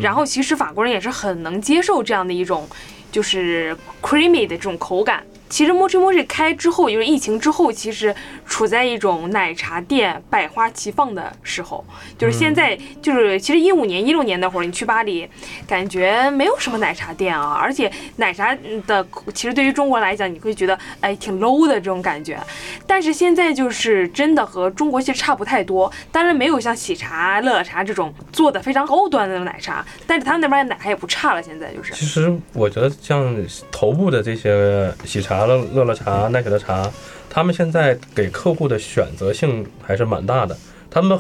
S5: 然后其实法国人也是很能接受这样的一种就是 creamy 的这种口感。其实 Mochi Mochi 开之后，就是疫情之后，其实处在一种奶茶店百花齐放的时候。就是现在，就是其实一五年、一六年那会儿，你去巴黎，感觉没有什么奶茶店啊，而且奶茶的其实对于中国来讲，你会觉得哎挺 low 的这种感觉。但是现在就是真的和中国其实差不太多，当然没有像喜茶、乐乐茶这种做的非常高端的那种奶茶，但是他们那边的奶茶也不差了，现在就是。
S4: 其实我觉得像头部的这些喜茶、乐乐乐茶、奈雪的茶，他们现在给客户的选择性还是蛮大的。他们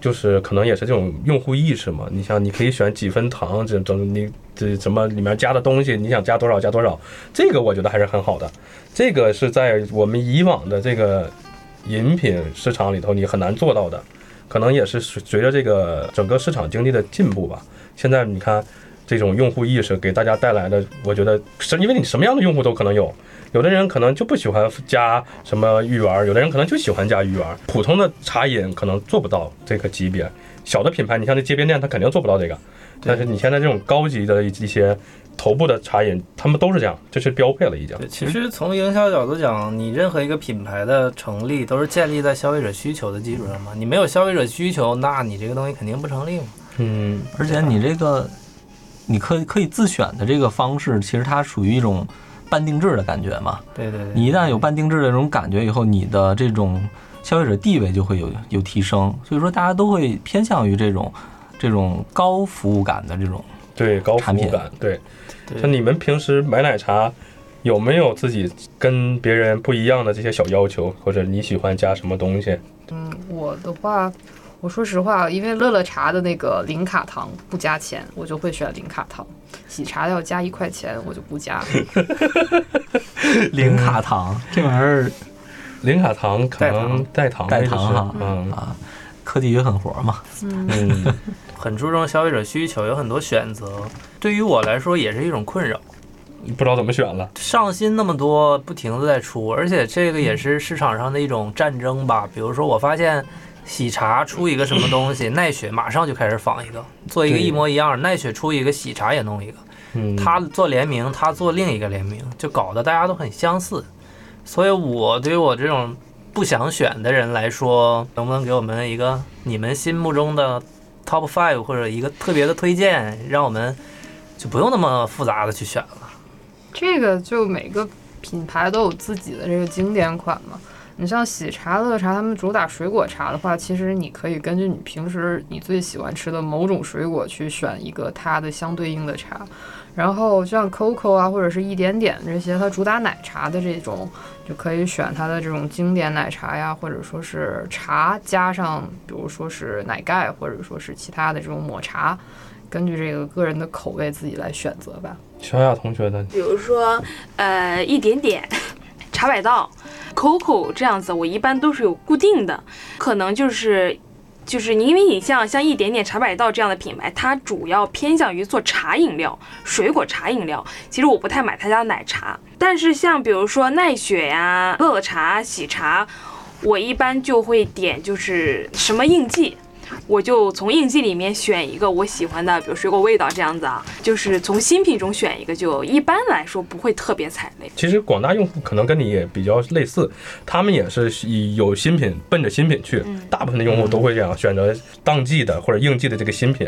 S4: 就是可能也是这种用户意识嘛。你像你可以选几分糖，这整你这什么里面加的东西，你想加多少加多少，这个我觉得还是很好的。这个是在我们以往的这个饮品市场里头你很难做到的，可能也是随随着这个整个市场经济的进步吧。现在你看。这种用户意识给大家带来的，我觉得是因为你什么样的用户都可能有，有的人可能就不喜欢加什么芋圆儿，有的人可能就喜欢加芋圆儿。普通的茶饮可能做不到这个级别，小的品牌，你像这街边店，它肯定做不到这个。但是你现在这种高级的一一些头部的茶饮，他们都是这样，这是标配了已经。
S2: 对，其实从营销角度讲，你任何一个品牌的成立都是建立在消费者需求的基础上嘛。你没有消费者需求，那你这个东西肯定不成立嘛。
S4: 嗯，
S3: 而且你这个，你可以可以自选的这个方式，其实它属于一种半定制的感觉嘛。
S2: 对对对，
S3: 你一旦有半定制的这种感觉以后，你的这种消费者地位就会有有提升。所以说，大家都会偏向于这种这种高服务感的
S4: [LAUGHS]
S3: 这种。
S4: 对高服
S3: 产
S4: 务
S3: 品
S4: 感，对。
S2: 对
S4: 像你们平时买奶茶，有没有自己跟别人不一样的这些小要求，或者你喜欢加什么东西？
S6: 嗯，我的话，我说实话，因为乐乐茶的那个零卡糖不加钱，我就会选零卡糖；喜茶要加一块钱，我就不加。
S3: 零卡糖这玩意儿
S4: 零卡糖可能代糖，
S3: 代糖
S4: 那
S3: 哈
S4: 就是嗯
S3: 啊，科技也很活嘛。
S4: 嗯，
S2: 很注重消费者需求，有很多选择。对于我来说，也是一种困扰。
S4: 不知道怎么选了。
S2: 上新那么多，不停的在出，而且这个
S4: 嗯
S2: 也是市场上的一种战争吧。比如说，我发现喜茶出一个什么东
S4: [LAUGHS]
S2: 西，奈雪马上就开始仿一个，做一个
S4: 对
S2: 一模一样。奈雪出一个，喜茶也弄一个。
S4: 嗯，
S2: 他做联名，他做另一个联名，就搞得大家都很相似。所以我对于我这种不想选的人来说，能不能给我们一个你们心目中的 top five 或者一个特别的推荐，让我们就不用那么复杂的去选了？
S6: 这个就每个品牌都有自己的这个经典款嘛。你像喜茶、乐茶，他们主打水果茶的话，其实你可以根据你平时你最喜欢吃的某种水果去选一个它的相对应的茶。然后像 COCO 啊，或者是一点点这些，它主打奶茶的这种，就可以选它的这种经典奶茶呀，或者说是茶加上，比如说是奶盖，或者说是其他的这种抹茶，根据这个个人的口味自己来选择吧。
S4: 嗯小雅同学的，
S5: 比如说，呃，一点点、 [LAUGHS] 茶百道、COCO 这样子，我一般都是有固定的，可能就是。就是你，因为你像像一点点茶百道这样的品牌，它主要偏向于做茶饮料、水果茶饮料。其实我不太买他家的奶茶，但是像比如说奈雪呀、乐乐茶、喜茶，我一般就会点就是什么应季，我就从应季里面选一个我喜欢的，比如水果味道这样子啊，就是从新品中选一个，就一般来说不会特别踩雷。
S4: 其实广大用户可能跟你也比较类似，他们也是以有新品奔着新品去，大部分的用户都会这样选择当季的或者应季的这个新品。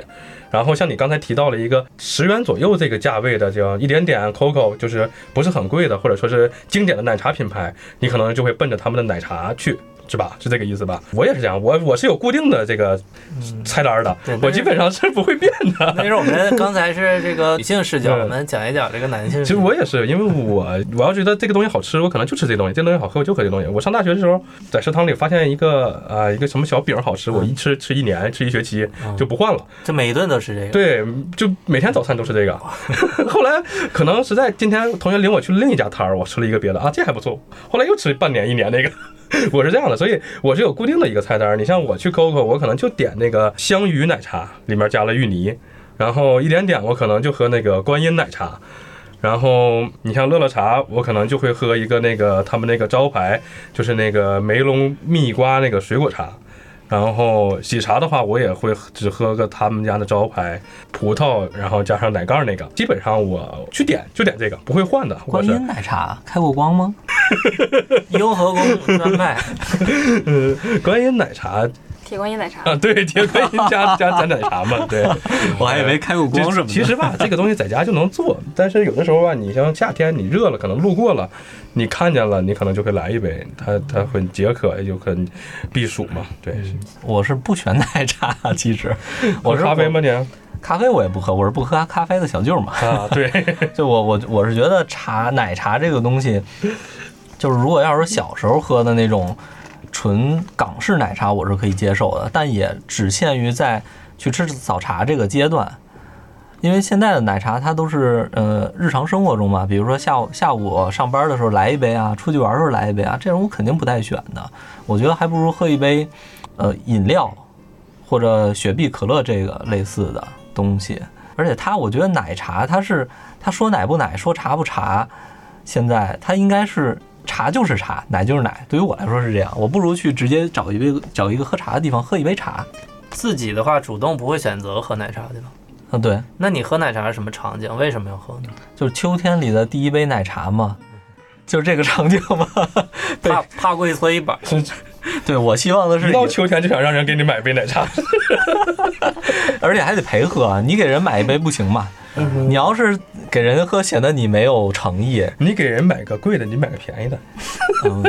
S4: 然后像你刚才提到了一个十元左右这个价位的，叫一点点 COCO，就是不是很贵的，或者说是经典的奶茶品牌，你可能就会奔着他们的奶茶去。是吧？是这个意思吧？我也是这样，我我是有固定的这个菜单的，
S2: 对
S4: 我基本上是不会变的。
S2: [LAUGHS] 但是我们刚才是这个女性视角，
S4: 嗯
S2: 我们讲一讲这个男性视角。
S4: 其实我也是，因为我我要觉得这个东西好吃，我可能就吃这东西；这东西好喝，我就喝这东西。我上大学的时候，在食堂里发现一个啊、一个什么小饼好吃，我一吃吃一年，吃一学期
S2: 嗯
S4: 就不换了。
S2: 这每一顿都是这个。
S4: 对，就每天早餐都吃这个。后来可能实在今天同学领我去另一家摊儿，我吃了一个别的啊，这还不错。后来又吃半年一年那个。 [LAUGHS] 我是这样的，所以我是有固定的一个菜单儿。你像我去 COCO，我可能就点那个香芋奶茶，里面加了芋泥，然后一点点我可能就喝那个观音奶茶。然后你像乐乐茶，我可能就会喝一个那个他们那个招牌，就是那个梅龙蜜瓜那个水果茶。然后喜茶的话，我也会只喝个他们家的招牌葡萄，然后加上奶盖儿那个。基本上我去点就点这个，不会换的。我
S3: 观
S4: 是
S3: 音奶茶开过光吗？
S2: 雍和宫专卖，
S4: 观音奶茶
S5: 铁观音奶茶，
S4: 啊，对，铁观音加加加奶茶嘛，对。
S3: 我还以为开过光什么的。
S4: 其实吧，这个东西在家就能做，但是有的时候吧，你像夏天，你热了，可能路过了，你看见了，你可能就会来一杯，它它很解渴，又很避暑嘛。对，
S3: 我是不选奶茶，其 [LAUGHS] 实我
S4: 喝
S3: 是
S4: 咖啡吗你？
S3: 咖啡我也不喝，我是不喝咖啡的小舅嘛。
S4: 啊，对， [LAUGHS]
S3: 就我我我是觉得茶奶茶这个东西，就是如果要是小时候喝的那种纯港式奶茶，我是可以接受的，但也只限于在去吃早茶这个阶段。因为现在的奶茶它都是呃日常生活中嘛，比如说下午下午上班的时候来一杯啊，出去玩的时候来一杯啊，这种我肯定不太选的。我觉得还不如喝一杯呃饮料或者雪碧、可乐这个类似的东西。而且它，我觉得奶茶它是他说奶不奶，说茶不茶，现在他应该是茶就是茶，奶就是奶。对于我来说是这样，我不如去直接找一杯找一个喝茶的地方喝一杯茶。
S2: 自己的话主动不会选择喝奶茶，对吧？
S3: 嗯，对，
S2: 那你喝奶茶是什么场景？为什么要喝呢？
S3: 就是秋天里的第一杯奶茶嘛，就是这个场景嘛。 [LAUGHS] 对
S2: 怕怕跪搓衣板。
S3: 对我希望的是
S4: 一，到秋天就想让人给你买杯奶茶，
S3: 啊
S4: 嗯
S3: 而且还得陪喝，你给人买一杯不行嘛？你要是给人喝显得你没有诚意。
S4: [LAUGHS] 你给人买个贵的，你买个便宜的，
S3: 嗯，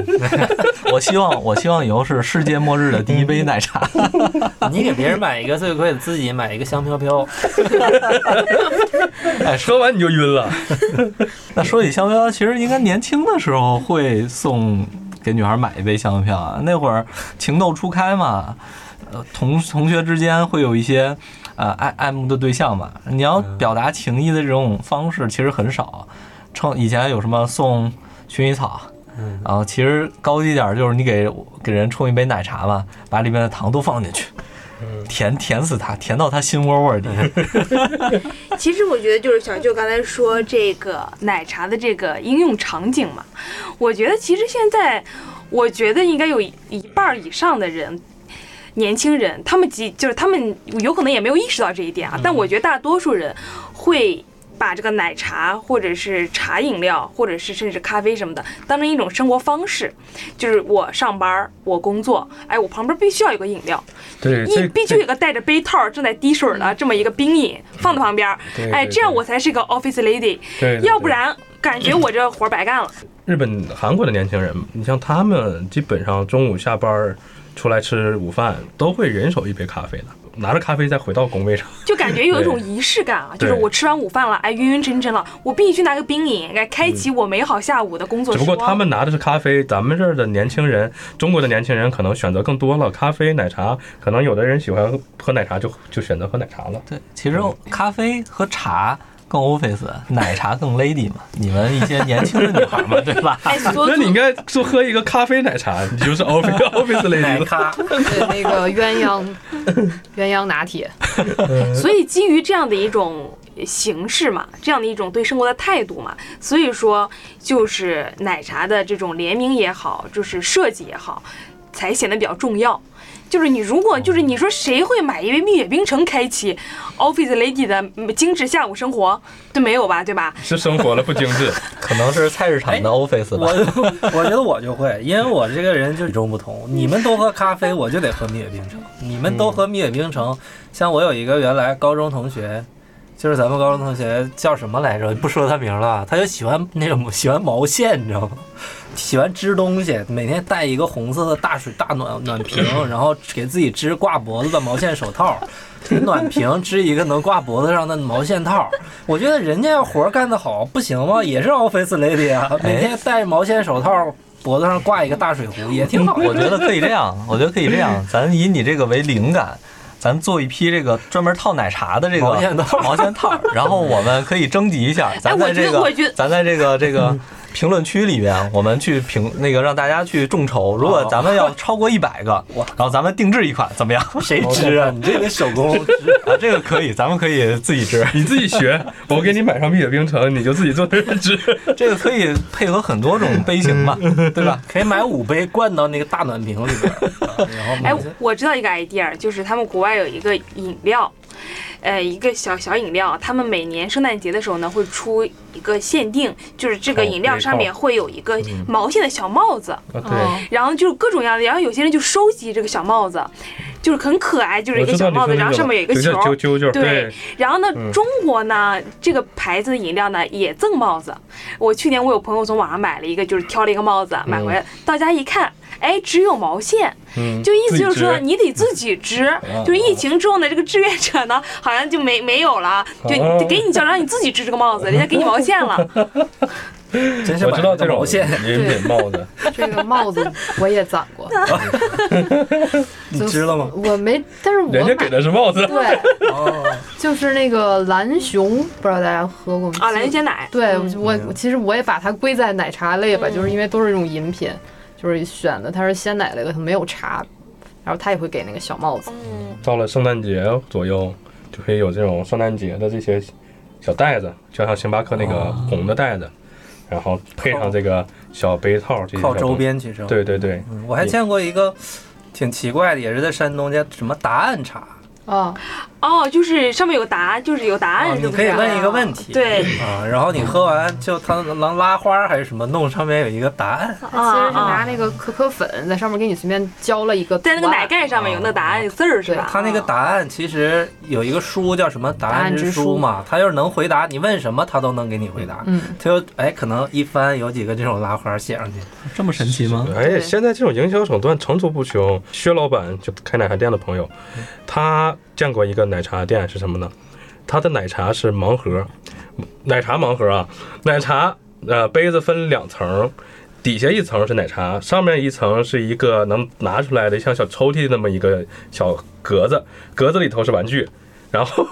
S3: 我希望我希望以后是世界末日的第一杯奶茶。
S2: 你给别人买一个最贵的，自己买一个香飘飘。
S4: [LAUGHS] 哎，说完你就晕了。
S3: 那说起香飘，其实应该年轻的时候会送给女孩买一杯香飘啊。那会儿情窦初开嘛，呃，同同学之间会有一些呃爱爱慕的对象嘛。你要表达情意的这种方式其实很少，称以前有什么送薰衣草。
S2: 嗯
S3: 然后其实高级点儿就是你给给人冲一杯奶茶嘛，把里面的糖都放进去，甜甜死它，甜到它心窝窝里。
S5: 其实我觉得就是小舅刚才说这个奶茶的这个应用场景嘛，我觉得其实现在，我觉得应该有一一半儿以上的人。年轻人，他们即就是他们有可能也没有意识到这一点啊，但我觉得大多数人会把这个奶茶或者是茶饮料，或者是甚至咖啡什么的，当成一种生活方式。就是我上班儿，我工作，哎，我旁边必须要有个饮料，
S4: 对，
S5: 一
S4: 哎这
S5: 必须有个带着杯套儿正在滴水儿的这么一个冰饮放在旁边儿，
S4: 对
S5: 哎，
S4: 对
S5: 这样
S4: 对
S5: 我才是个 office lady，
S4: 对，对
S5: 要不然感觉我这活儿白干了。
S4: 日本、韩国的年轻人，你像他们基本上中午下班儿出来吃午饭，都会人手一杯咖啡的，拿着咖啡再回到工位上。
S5: 就感觉有一种
S4: 对
S5: 仪式感啊，就是
S4: 对
S5: 我吃完午饭了，哎，晕晕沉沉了，我必须拿个冰饮来开启我美好下午的工作
S4: 嗯只
S5: 时
S4: 不
S5: 光。
S4: 过他们拿的是咖啡，咱们这儿的年轻人，中国的年轻人可能选择更多了，咖啡、奶茶，可能有的人喜欢喝奶茶就就选择喝奶茶了。
S3: 对，其实咖啡和茶更 office，奶茶更 lady 嘛。你们一些年轻的女孩嘛，对吧？
S5: 哎，所
S4: [LAUGHS] 那你应该说喝一个咖啡奶茶，你就是
S5: [LAUGHS]
S4: office office 类
S2: 奶
S4: 的。
S2: 咖，
S6: 对，那个鸳鸯鸳鸯拿铁，
S5: 所以基于这样的一种形式嘛，这样的一种对生活的态度嘛，所以说就是奶茶的这种联名也好，就是设计也好，才显得比较重要。就是你如果就是你说谁会买一杯蜜雪冰城开启 Office Lady 的嗯精致下午生活？都没有吧，对吧？
S4: 是生活了不精致，
S3: 可能是菜市场的
S2: [LAUGHS]
S3: office 吧
S2: [LAUGHS] 我。我觉得我就会，因为我这个人就与众不同。你们都喝咖啡，我就得喝蜜雪冰城；你们都喝蜜雪冰城，像我有一个原来高中同学，就是咱们高中同学叫什么来着？不说他名了，他就喜欢那种喜欢毛线，你知道吗？喜欢织东西，每天带一个红色的大水大暖暖瓶，然后给自己织挂脖子的毛线手套，给暖瓶织一个能挂脖子上的毛线套。我觉得人家要活儿干得好，不行吗？也是 office lady 啊，每天戴毛线手套，脖子上挂一个大水壶，也挺好。
S3: 我觉得可以这样，我觉得可以这样，咱以你这个为灵感。咱做一批这个专门套奶茶的这个
S2: 毛线套
S3: [LAUGHS] 毛线套然后我们可以征集一下，咱在这
S5: 哎
S3: 个
S5: 我觉得我觉得
S3: 咱在这个这个评论区里边，我们去评那个让大家去众筹，如果咱们要超过一百个，然后咱们定制一款怎么样？
S2: 谁织啊？你这得手工织。
S3: 啊，这个可以，咱们可以自己织，
S4: 你自己学，我给你买上蜜雪冰城，你就自己做认
S5: [LAUGHS]
S4: 知。
S3: 这个可以配合很多种杯型
S4: [LAUGHS]
S3: 嘛，对吧？
S2: 可以买五杯灌到那个大暖瓶里边儿，然后
S5: 哎
S2: 毛线，
S4: 嗯
S5: 我知道一个 idea，就是他们国外有一个饮料，呃，一个小小饮料，他们每年圣诞节的时候呢，会出一个限定，就是这个
S4: 哦
S5: 饮料
S4: 杯
S5: 上面
S4: 套嗯
S5: 会有一个毛线的小帽子，
S4: 啊，
S5: 然后就是各种样的，然后有些人就收集这个小帽子，就是很可爱，就
S4: 对，我
S5: 是一个
S4: 知
S5: 小
S4: 道你说
S5: 帽
S4: 的
S5: 子，然后
S4: 那
S5: 上面有一个球
S4: 就
S5: 儿，
S4: 叫啾啾啾，
S5: 对
S4: 对，
S5: 然后呢，
S4: 嗯
S5: 中国呢，这个牌子的饮料呢也赠帽子。我去年我有朋友从网上买了一个，就是挑了一个帽子买回来，到家一看，哎，只有毛线，
S4: 嗯
S5: 就意思就是
S4: 自
S5: 说
S4: 己织
S5: 你得自己织。就是疫情之后呢，这个志愿者呢好像就没没有了，就
S4: 哦
S5: 就给你叫让你自己织这个帽子，人家给你毛线
S2: [LAUGHS]
S5: 了。
S2: 真是
S4: 我知道
S2: 买
S4: 这
S2: 个
S4: 种
S2: 毛线
S4: 饮品帽子，
S6: [LAUGHS] 这个帽子我也攒过，
S2: 你织了吗？
S6: 我没，但是我
S4: 人家
S6: 买
S4: 给的是帽子。
S6: 对，
S2: [LAUGHS] 哦，
S6: 就是那个蓝熊，不知道大家喝过吗？
S5: 啊，蓝鲜奶，
S6: 对我，我其实我也把它归在奶茶类吧，
S5: 嗯
S6: 就是因为都是这种饮品，就是选的它是鲜奶类的，它没有茶，然后它也会给那个小帽子。
S5: 嗯，
S4: 到了圣诞节左右，就可以有这种圣诞节的这些小袋子，就像星巴克那个
S2: 哦
S4: 红的袋子，然后配上这个小杯套，这些
S2: 靠
S4: 小东
S2: 周
S4: 西。
S2: 边去挣。
S4: 对对对，
S2: 嗯，我还见过一个挺奇怪的，也是在山东叫什么答案茶，
S6: 啊，
S5: 哦，就是上面有答案，就是有答
S2: 啊
S5: 案，
S2: 你
S5: 对不
S2: 可
S5: 对
S2: 以
S5: 啊？
S2: 问一个问题，
S5: 对
S2: 啊，然后你喝完就它能拉花还是什么，弄上面有一个答案，
S6: 啊
S5: 哦啊
S6: 它其实是拿那个可可粉在上面给你随便浇了一个图
S5: 在
S6: 案，
S5: 那个奶盖上面有那答案有字儿是吧？
S2: 他那个答案其实有一个书叫什么“答
S6: 案
S2: 案
S6: 之
S2: 之
S6: 书
S2: 书”嘛，他要是能回答你问什么，他都能给你回答。
S6: 嗯，
S2: 他就哎，可能一翻有几个这种拉花写上去，
S3: 这么神奇吗？
S4: 哎，
S6: 对
S4: 现在这种营销手段层出不穷。薛老板就开奶茶店的朋友，他见过一个奶茶店是什么呢？他的奶茶是盲盒，奶茶盲盒啊，奶茶呃杯子分两层，底下一层是奶茶，上面一层是一个能拿出来的像小抽屉那么一个小格子，格子里头是玩具。然后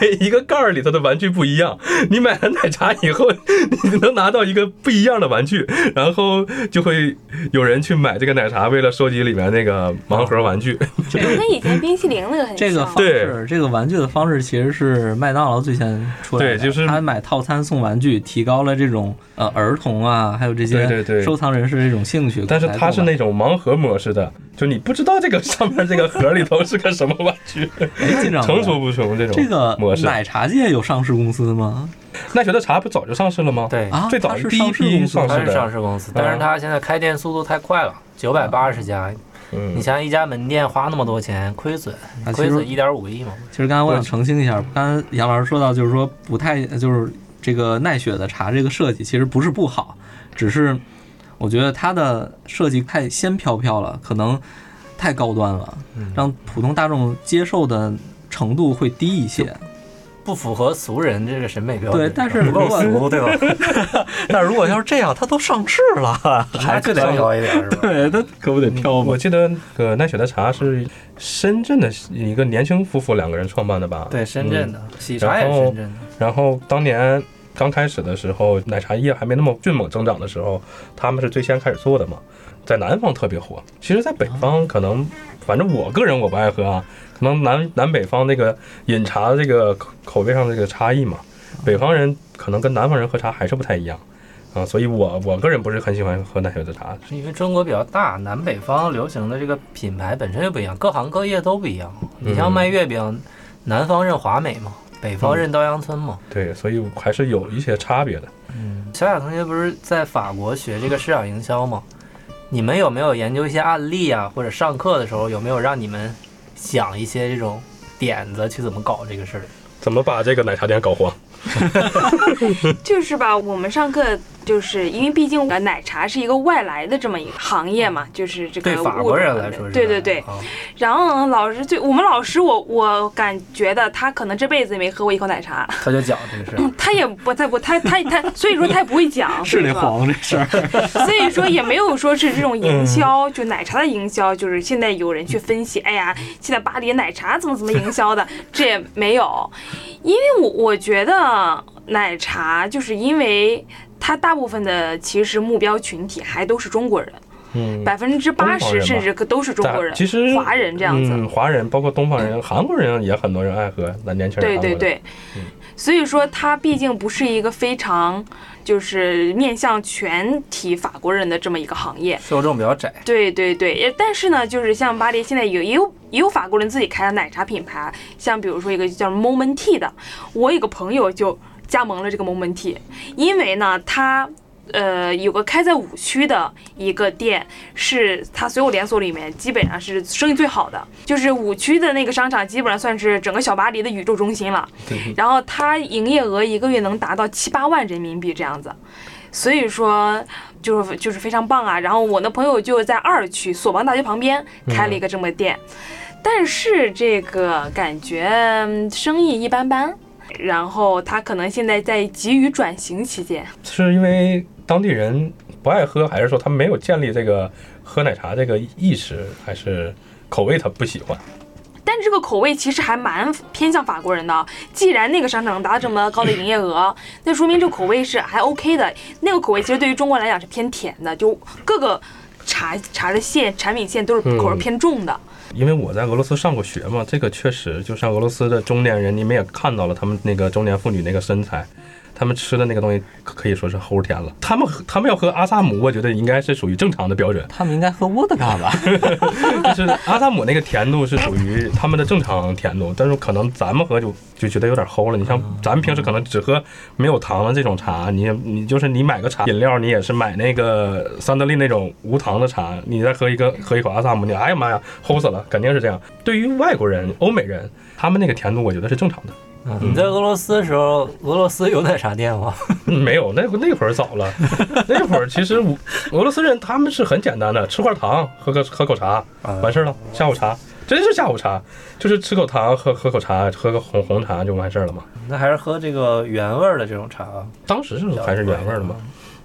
S4: 每一个盖儿里头的玩具不一样，你买了奶茶以后， [LAUGHS] 你能拿到一个不一样的玩具，然后就会有人去买这个奶茶，为了收集里面那个盲盒玩具。
S3: 嗯
S5: 这 [LAUGHS] 个跟以前冰淇淋那个很像。
S3: 这个方式，这个玩具的方式其实是麦当劳最先出来的，
S4: 对就是
S3: 他买套餐送玩具，提高了这种呃儿童啊，还有这些
S4: 对对对
S3: 收藏人士的这种兴趣。
S4: 但是它是
S3: 购买
S4: 那种盲盒模式的，就你不知道这个上面这个盒里头是个什么玩
S3: [LAUGHS]
S4: 具，
S3: 哎进展
S4: 层出不穷这种
S3: 这个
S4: 模式。
S3: 奶茶界有上市公司吗？
S4: 奈雪的茶不早就上市了吗？，
S2: 对
S3: 啊，
S4: 最早
S3: 它是
S4: 第一
S3: 上市
S4: 批
S3: 公司
S4: [LAUGHS] 上
S2: 它
S4: 市
S2: 是上
S4: 的，嗯
S2: 市公司，但是它现在开店速度太快了，九百八十家，你
S4: 嗯，
S2: 想想一家门店花那么多钱，亏损
S3: 啊，其
S2: 亏损
S3: 实
S2: 一点五个亿嘛，
S3: 其实刚才我想澄清一下，刚才杨老师说到，就是说不太就是这个奈雪的茶这个设计其实不是不好，只是我觉得它的设计太仙飘飘了，可能太高端了，让普通大众接受的程度会低一些。
S2: 不符合俗人这个审美标准，
S3: 对但是
S2: [LAUGHS] 不够
S3: 如果
S2: 俗，对吧？
S3: 但如果要是这样，它都上市了，
S2: [LAUGHS]
S3: 嗯
S2: 还就得高一点是吧？
S3: [LAUGHS] 对，它可不得飘
S4: 我？记得那个奈雪的茶是深圳的一个年轻夫妇两个人创办的吧？
S2: 对，深圳的喜
S4: 嗯然
S2: 茶也
S4: 后
S2: 是深圳的。
S4: 然后当年刚开始的时候，奶茶业还没那么迅猛增长的时候，他们是最先开始做的嘛，在南方特别火。其实，在北方可能，反正我个人我不爱喝啊，可能南南北方那个饮茶这个口口味上的这个差异嘛，北方人可能跟南方人喝茶还是不太一样。啊，所以我我个人不是很喜欢喝奈雪的茶，
S2: 是因为中国比较大，南北方流行的这个品牌本身就不一样，各行各业都不一样。你
S4: 嗯
S2: 像卖月饼，南方认华美嘛，北方认稻香村嘛。
S4: 对，所以还是有一些差别的。
S2: 小雅同学不是在法国学这个市场营销吗？你们有没有研究一些案例啊，或者上课的时候有没有让你们想一些这种点子去怎么搞这个事儿？
S5: 呃
S4: 怎么把这个奶茶店搞黄？
S5: 就是吧，我们上课就是因为毕竟呃奶茶是一个外来的这么一个行业嘛，就是这个
S2: 对法
S5: 物
S2: 国
S5: 种
S2: 人
S5: 嘛
S2: 来说是
S5: 对对
S2: 这
S5: 对
S2: 样。啊
S5: 然后呢老师就我们老师我，我感觉的他可能这辈子也没喝过一口奶茶， [LAUGHS]
S2: 他就讲这个事儿，
S5: 他也不他不他他他， [LAUGHS] 所以说他也不
S4: [LAUGHS]
S5: 会讲，
S3: 是得
S5: 所以说
S3: 黄这事儿，，
S5: 所以说也没有说是这种营销，
S4: 嗯
S5: 就奶茶的营销，就是现在有人去分析，哎呀，现在巴黎奶茶怎么怎么营销的，这也没有，因为我我觉得奶茶就是因为它大部分的其实目标群体还都是中国人，
S4: 嗯，
S5: 百分之八
S4: 东方人
S5: 十
S4: 吧
S5: 甚至可都是中国人，
S4: 其实
S5: 华人这样子，嗯
S4: 嗯，华人包括东方人、韩国人也很多人爱喝，那年轻人韩
S5: 对
S4: 国
S5: 对
S4: 人
S5: 对，所以说它毕竟不是一个非常就是面向全体法国人的这么一个行业，
S2: 受众比较窄。
S5: 对对对，也但是呢，就是像巴黎现在有也有也有法国人自己开的奶茶品牌，啊像比如说一个叫 Moment Tea 的，我有个朋友就加盟了这个 Moment Tea，因为呢，他呃有个开在五区的一个店，是他所有连锁里面基本上是生意最好的，就是五区的那个商场基本上算是整个小巴黎的宇宙中心了。
S4: 对，
S5: 然后它营业额一个月能达到七八万人民币这样子，所以说就是就是非常棒啊。然后我那朋友就在二区索邦大学旁边开了一个这么个店，但是这个感觉嗯生意一般般。然后他可能现在在急于转型期间，
S4: 是因为当地人不爱喝，还是说他没有建立这个喝奶茶这个意识，还是口味他不喜欢？
S5: 但这个口味其实还蛮偏向法国人的。既然那个商场能达到这么高的营业额，那说明这个口味是还 OK 的。那个口味其实对于中国来讲是偏甜的，就各个茶茶的线产品线都是口味
S4: 嗯
S5: 偏重的。
S4: 因为我在俄罗斯上过学嘛，这个确实就像俄罗斯的中年人，你们也看到了他们那个中年妇女那个身材，他们吃的那个东西可可以说是齁甜了。他们他们要喝阿萨姆，我觉得应该是属于正常的标准
S3: [LAUGHS] 他们应该喝沃德嘎吧？
S4: 就是阿萨姆那个甜度是属于他们的正常甜度，但是可能咱们喝就就觉得有点齁了。你像咱们平时可能只喝没有糖的这种茶，你也你就是你买个茶饮料，你也是买那个桑德利那种无糖的茶，你再喝一个喝一口阿萨姆，你哎呀妈呀，齁死了，肯定是这样。对于外国人、欧美人，他们那个甜度我觉得是正常的。
S2: 你在俄罗斯的时候，俄罗斯有奶茶店吗？
S4: 嗯 [LAUGHS] 没有，那那会儿早了，那会儿其实我俄罗斯人他们是很简单的，吃块糖，喝个喝口茶，完事儿了，下午茶。真是下午茶，就是吃口糖，喝喝口茶，喝个红红茶就完事儿了嘛。
S2: 那还是喝这个原味儿的这种茶啊吧，
S4: 当时是还是原味儿的嘛，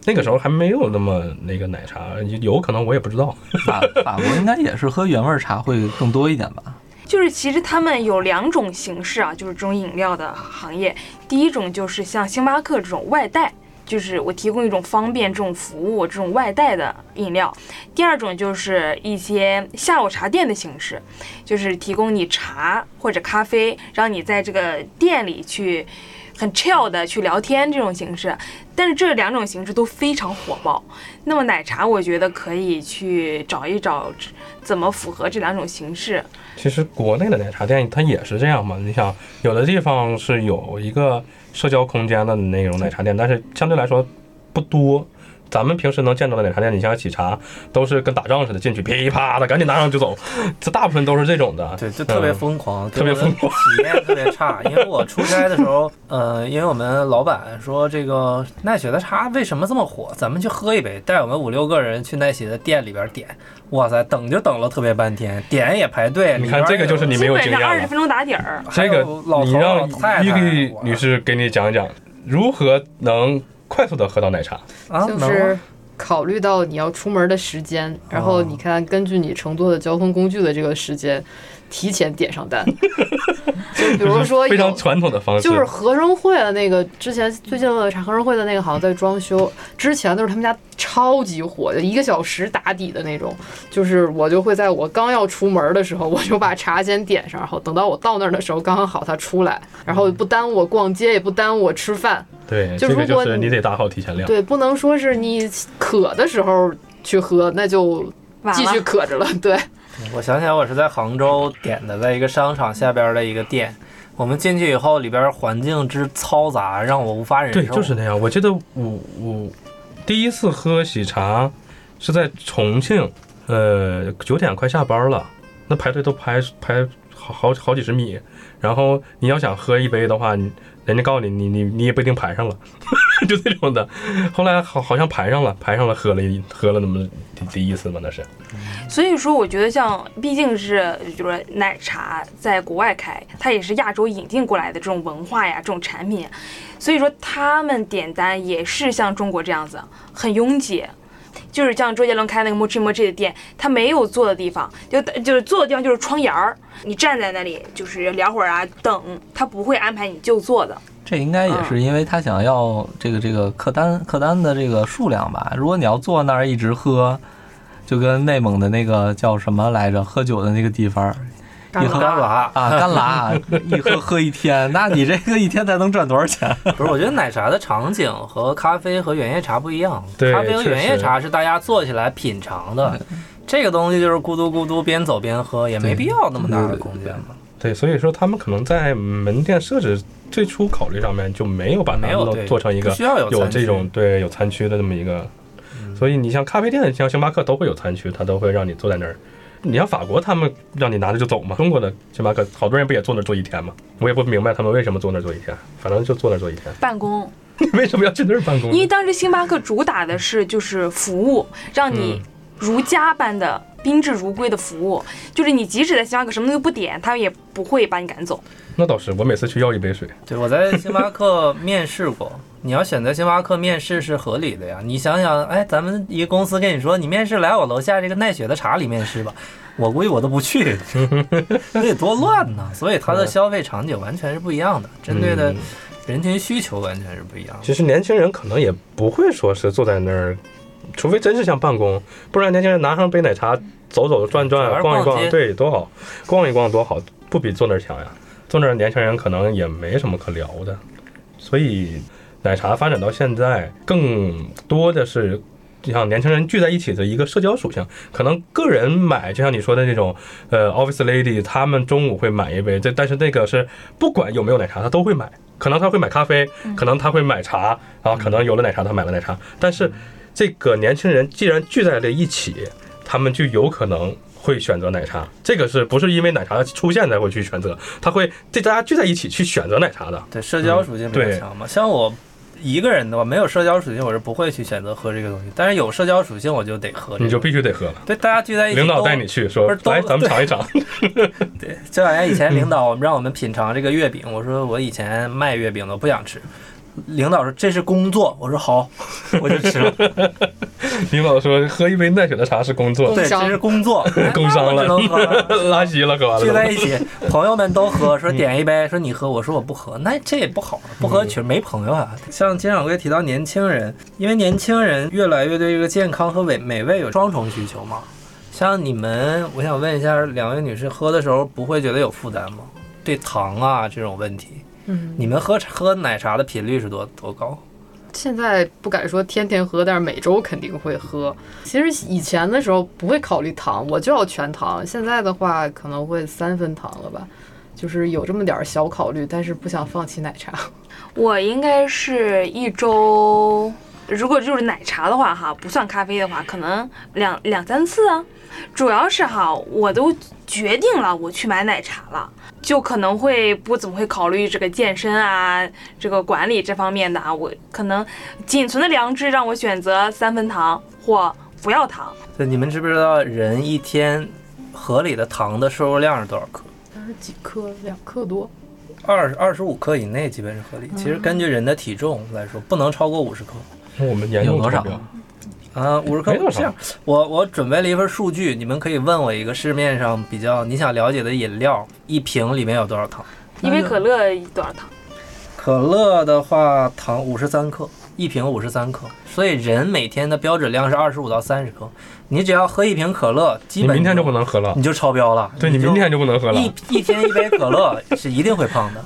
S4: 那个时候还没有那么那个奶茶，有可能我也不知道。
S3: 法法国应该也是喝原味茶会更多一点吧？
S5: 就是其实他们有两种形式啊，就是这种饮料的行业。第一种就是像星巴克这种外带，就是我提供一种方便这种服务，这种外带的饮料；第二种就是一些下午茶店的形式，就是提供你茶或者咖啡，让你在这个店里去。很 chill 的去聊天这种形式，但是这两种形式都非常火爆。那么奶茶，我觉得可以去找一找怎么符合这两种形式。
S4: 其实国内的奶茶店它也是这样嘛，你想有的地方是有一个社交空间的那种奶茶店，但是相对来说不多。咱们平时能见到的奶茶店，你像喜茶，都是跟打仗似的，进去噼啪的，赶紧拿上就走，这大部分都是这种
S2: [LAUGHS]
S4: 的。
S2: 对，就 [LAUGHS] 特别
S4: 嗯
S2: 疯狂，
S4: 特别疯狂，
S2: 体验特别差。因为我出差的时候，呃，因为我们老板说这个奈雪的茶为什么这么火，咱们去喝一杯，带我们五六个人去奈雪的店里边点，哇塞，等就等了特别半天，点也排队。
S4: 你看这个就是你没
S5: 基
S4: 有
S5: 本
S4: 经验
S5: 上二十
S4: 了。
S5: 分钟打底儿。
S4: 这个你让
S2: 玉
S4: 玉丽女士给你讲讲如何能快速的喝到奶茶。
S2: 啊，
S6: 就
S2: 能吗
S6: 是考虑到你要出门的时间，然后你看根据你乘坐的交通工具的这个时间，提前点上单。就比如说
S4: 非
S6: 有
S4: 常。传统的方式，
S6: 就是合生汇的那个，之前最近的茶合生汇的那个好像在装修，之前都是他们家超级火的，一个小时打底的那种。就是我就会在我刚要出门的时候，我就把茶先点上，然后等到我到那儿的时候，刚刚好它出来，然后不耽误我逛街，也不耽误我吃饭，
S4: 对，
S6: 就
S4: 这个
S6: 如
S4: 就
S6: 果
S4: 是
S6: 你
S4: 你得打好提前量。
S6: 对，不能说是你渴的时候去喝，那就
S5: 完
S6: 继续
S5: 了，
S6: 渴着了。对，
S2: 我想起来，我是在杭州点的，在一个商场下边的一个店。我们进去以后，里边环境之嘈杂，让我无法忍受。
S4: 对，就是那样。我记得我我第一次喝喜茶是在重庆，呃，九点快下班了，那排队都排排好好好几十米。然后你要想喝一杯的话，你人家告诉你，你你你也不一定排上了， [LAUGHS] 就这种的。后来好好像排上了，排上了，喝了一喝了那么第第一次嘛，那是。
S5: 所以说我觉得像毕竟是就是奶茶在国外开，它也是亚洲引进过来的这种文化呀，这种产品，所以说他们点单也是像中国这样子很拥挤。就是像周杰伦开那个 Mochi Mochi 的店，他没有坐的地方，就就是坐的地方就是窗沿儿，你站在那里就是聊会儿啊，等他不会安排你就坐的。
S3: 这应该也
S2: 嗯
S3: 是因为他想要这个这个客单客单的这个数量吧。如果你要坐那儿一直喝，就跟内蒙的那个叫什么来着，喝酒的那个地方
S2: 一喝干拉， [LAUGHS]
S3: 啊，干拉一喝喝一天，那你这个一天才能赚多少钱？
S2: 不是，我觉得奶茶的场景和咖啡和原叶茶不一样。
S4: 对
S2: 咖啡和
S4: 确
S2: 原叶
S4: 实嗯
S2: 茶是大家坐起来品尝的，这个东西就是咕嘟咕嘟边走边喝，也没必要那么大的空间嘛。
S4: 对，所以说他们可能在门店设置最初考虑上面就没有把它
S2: 没有对
S4: 弄做成一个
S2: 不需要有
S4: 有
S2: 餐
S4: 这
S2: 区
S4: 种对有餐区的这么一个，所以你像咖啡店，像星巴克都会有餐区，它都会让你坐在那儿。你像法国，他们让你拿着就走嘛。中国的星巴克，好多人不也坐那儿坐一天嘛？我也不明白他们为什么坐那儿坐一天，反正就坐那儿坐一天。 [LAUGHS]
S5: 办公，
S4: 你为什么要去那儿办公呢？
S5: 因为当时星巴克主打的是就是服务，让你如家般的宾至如归的服务，就是你即使在星巴克什么东西不点，他们也不会把你赶走。
S4: 那倒是，我每次去要一杯水，
S2: 对，我在星巴克面试过，你要选择星巴克面试是合理的呀。你想想，哎，咱们一个公司跟你说，你面试来我楼下这个奈雪的茶里面试吧。我估计我都
S4: [LAUGHS]
S2: 不去，那得多乱呢！所以它的消费场景完全是不一样的，针对的
S4: 嗯
S2: 人群需求完全是不一样的。
S4: 其实年轻人可能也不会说是坐在那儿，除非真是像办公，不然年轻人拿上杯奶茶走走转
S2: 主要
S4: 转
S2: 是
S4: 逛一
S2: 逛街
S4: 逛，对，多好，逛一逛多好，不比坐那儿强呀。坐那儿年轻人可能也没什么可聊的，所以奶茶发展到现在，更多的是就像年轻人聚在一起的一个社交属性。可能个人买，就像你说的那种，呃，office lady，他们中午会买一杯，这但是那个是不管有没有奶茶，他都会买。可能他会买咖啡，
S2: 嗯
S4: 可能他会买茶，然后可能有了奶茶，他买了奶茶。但是这个年轻人既然聚在了一起，他们就有可能会选择奶茶。这个是不是因为奶茶的出现才会去选择？他会这大家聚在一起去选择奶茶的。
S2: 对，社交属性比较
S4: 嗯对
S2: 强嘛。像我一个人的话，没有社交属性，我是不会去选择喝这个东西。但是有社交属性，我就得喝这个。
S4: 你就必须得喝了。
S2: 对大家聚在一起，
S4: 领导带你。去说
S2: 哎不是，都
S4: 来咱们尝一
S2: [LAUGHS]
S4: 尝。
S2: 对，这两年
S4: [LAUGHS]
S2: 以前领导让我们品尝这个月饼，我说我以前卖月饼的不想吃。领导说这是工作，我说好，我就吃了。
S4: 领导说喝一杯奈雪的茶是工
S2: [LAUGHS]
S4: 作，
S2: 对，这是工作，
S4: [LAUGHS] 工伤
S2: 我
S4: 了
S2: 只能喝了。
S4: 拉稀了，喝完
S2: [LAUGHS] 聚在
S4: 了。
S2: 一起，朋友们都喝，说点一杯，说你喝，我说我不喝，那这也不好，不喝确实没朋友啊。像金掌柜提到年轻人，因为年轻人越来越对这个健康和美美味有双重需求嘛。像你们，我想问一下两位女士，喝的时候不会觉得有负担吗？对糖啊这种问题，
S6: 嗯，
S2: 你们喝喝奶茶的频率是多多高？
S6: 现在不敢说天天喝，但是每周肯定会喝。其实以前的时候不会考虑糖，我就要全糖。现在的话可能会三分糖了吧，就是有这么点儿小考虑，但是不想放弃奶茶。
S5: 我应该是一周，如果就是奶茶的话哈，不算咖啡的话，可能两两三次啊。主要是哈，我都决定了我去买奶茶了，就可能会不怎么会考虑这个健身啊、这个管理这方面的啊。我可能仅存的良知让我选择三分糖或不要糖。
S2: 对，你们知不知道人一天合理的糖的摄入量是多少克？
S6: 但是几克？两克多。
S2: 二二十五克以内基本是合理。其实根据人的体重来说，不能超过五十克。
S4: 我们严重
S3: 有多少
S4: 超标
S2: 啊，五十克
S4: 没多少
S2: 这样，我我准备了一份数据，你们可以问我一个市面上比较你想了解的饮料，一瓶里面有多少糖？
S5: 一杯可乐多少
S4: 啊
S5: 糖？
S2: 可乐的话，糖五十三克，一瓶五十三克，所以人每天的标准量是二十五到三十克。你只要喝一瓶可乐，基
S4: 你
S2: 本
S4: 明天就不能喝了
S2: 你。就超标了。
S4: 对你
S2: 就
S4: 明天就不能喝了，
S2: 一一天一杯可乐是一定会胖的。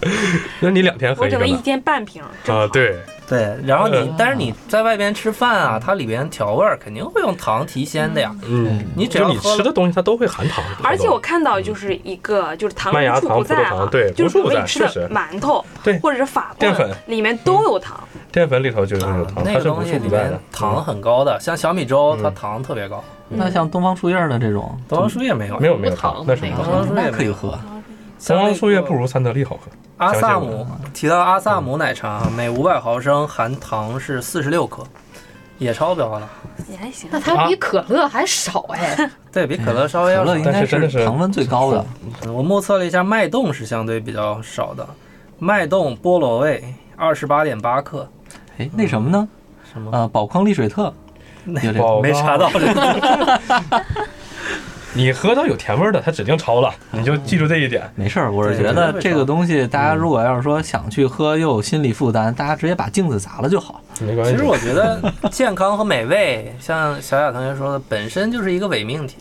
S4: 那你两天喝
S5: 我
S4: 一
S5: 只
S4: 个
S5: 能一
S4: 了。
S5: 天半瓶。正好
S4: 啊，，对，
S2: 对，然后你
S4: 嗯
S2: 但是你在外边吃饭啊，它里边调味儿肯定会用糖提鲜的呀。
S4: 嗯，
S2: 你只
S4: 就
S2: 要
S4: 你
S2: 喝
S4: 吃
S2: 了
S4: 的东西它都会含糖。
S5: 而且我看到就是一个就是
S4: 嗯
S5: 糖
S4: 麦芽
S5: 无处
S4: 糖
S5: 不
S4: 葡萄
S5: 在啊
S4: 糖，对
S5: 就
S4: 无
S5: 是
S4: 处
S5: 我
S4: 不
S5: 们
S4: 在
S5: 吃
S4: 确
S5: 的
S4: 实
S5: 馒头，
S4: 对
S5: 或者是法棍，
S4: 淀粉嗯
S5: 里面都有糖。
S4: 淀粉里头就是有
S2: 啊
S4: 嗯糖，
S2: 那
S4: 它
S2: 个
S4: 是无
S2: 东
S4: 处
S2: 西
S4: 不
S2: 里
S4: 在的
S2: 面。糖很高的，像小米粥它
S4: 嗯
S2: 糖特别高，
S3: 那像东方树叶的这种，
S2: 东方树叶没有
S4: 嗯，没有没有
S6: 不糖
S4: 糖，那是
S6: 没
S4: 无
S2: 东
S4: 糖。
S2: 方树叶没
S3: 那可以
S2: 有。
S3: 喝。
S4: 东方树叶不
S2: 如
S4: 如三得利好喝。
S2: 阿萨
S4: 想起
S2: 姆。提到阿萨姆奶茶，每五百毫升含糖是四十六克，也超标了。
S5: 也还行。
S6: 那它比可乐还少 [LAUGHS] 哎，
S2: 对
S4: 嗯
S2: 啊比可乐稍微
S3: 可
S2: 要少
S3: 乐
S2: 一
S3: 应
S2: 点。
S3: 该
S4: 但是真的是
S3: 糖分最高的，
S2: 我目测了一下，脉动是相对比较少的，脉动菠萝味二十八点八克，
S3: 哎，那什么呢？
S2: 什么
S3: 呃，宝矿力水特，有这
S4: 宝
S3: 个
S2: 没查到这个。
S4: 你喝到有甜味儿的，它指定超了，你就记住这一点。
S3: 没事儿，我是
S2: 对
S3: 觉
S2: 绝对嗯
S3: 得
S2: 会
S3: 这
S2: 少
S3: 个东西，大家如果要是说想去喝又有心理负担，大家直接把镜子砸了就好。
S4: 没关系。
S2: 其实我觉得健康和美味，像小雅同学说的，本身就是一个伪命题。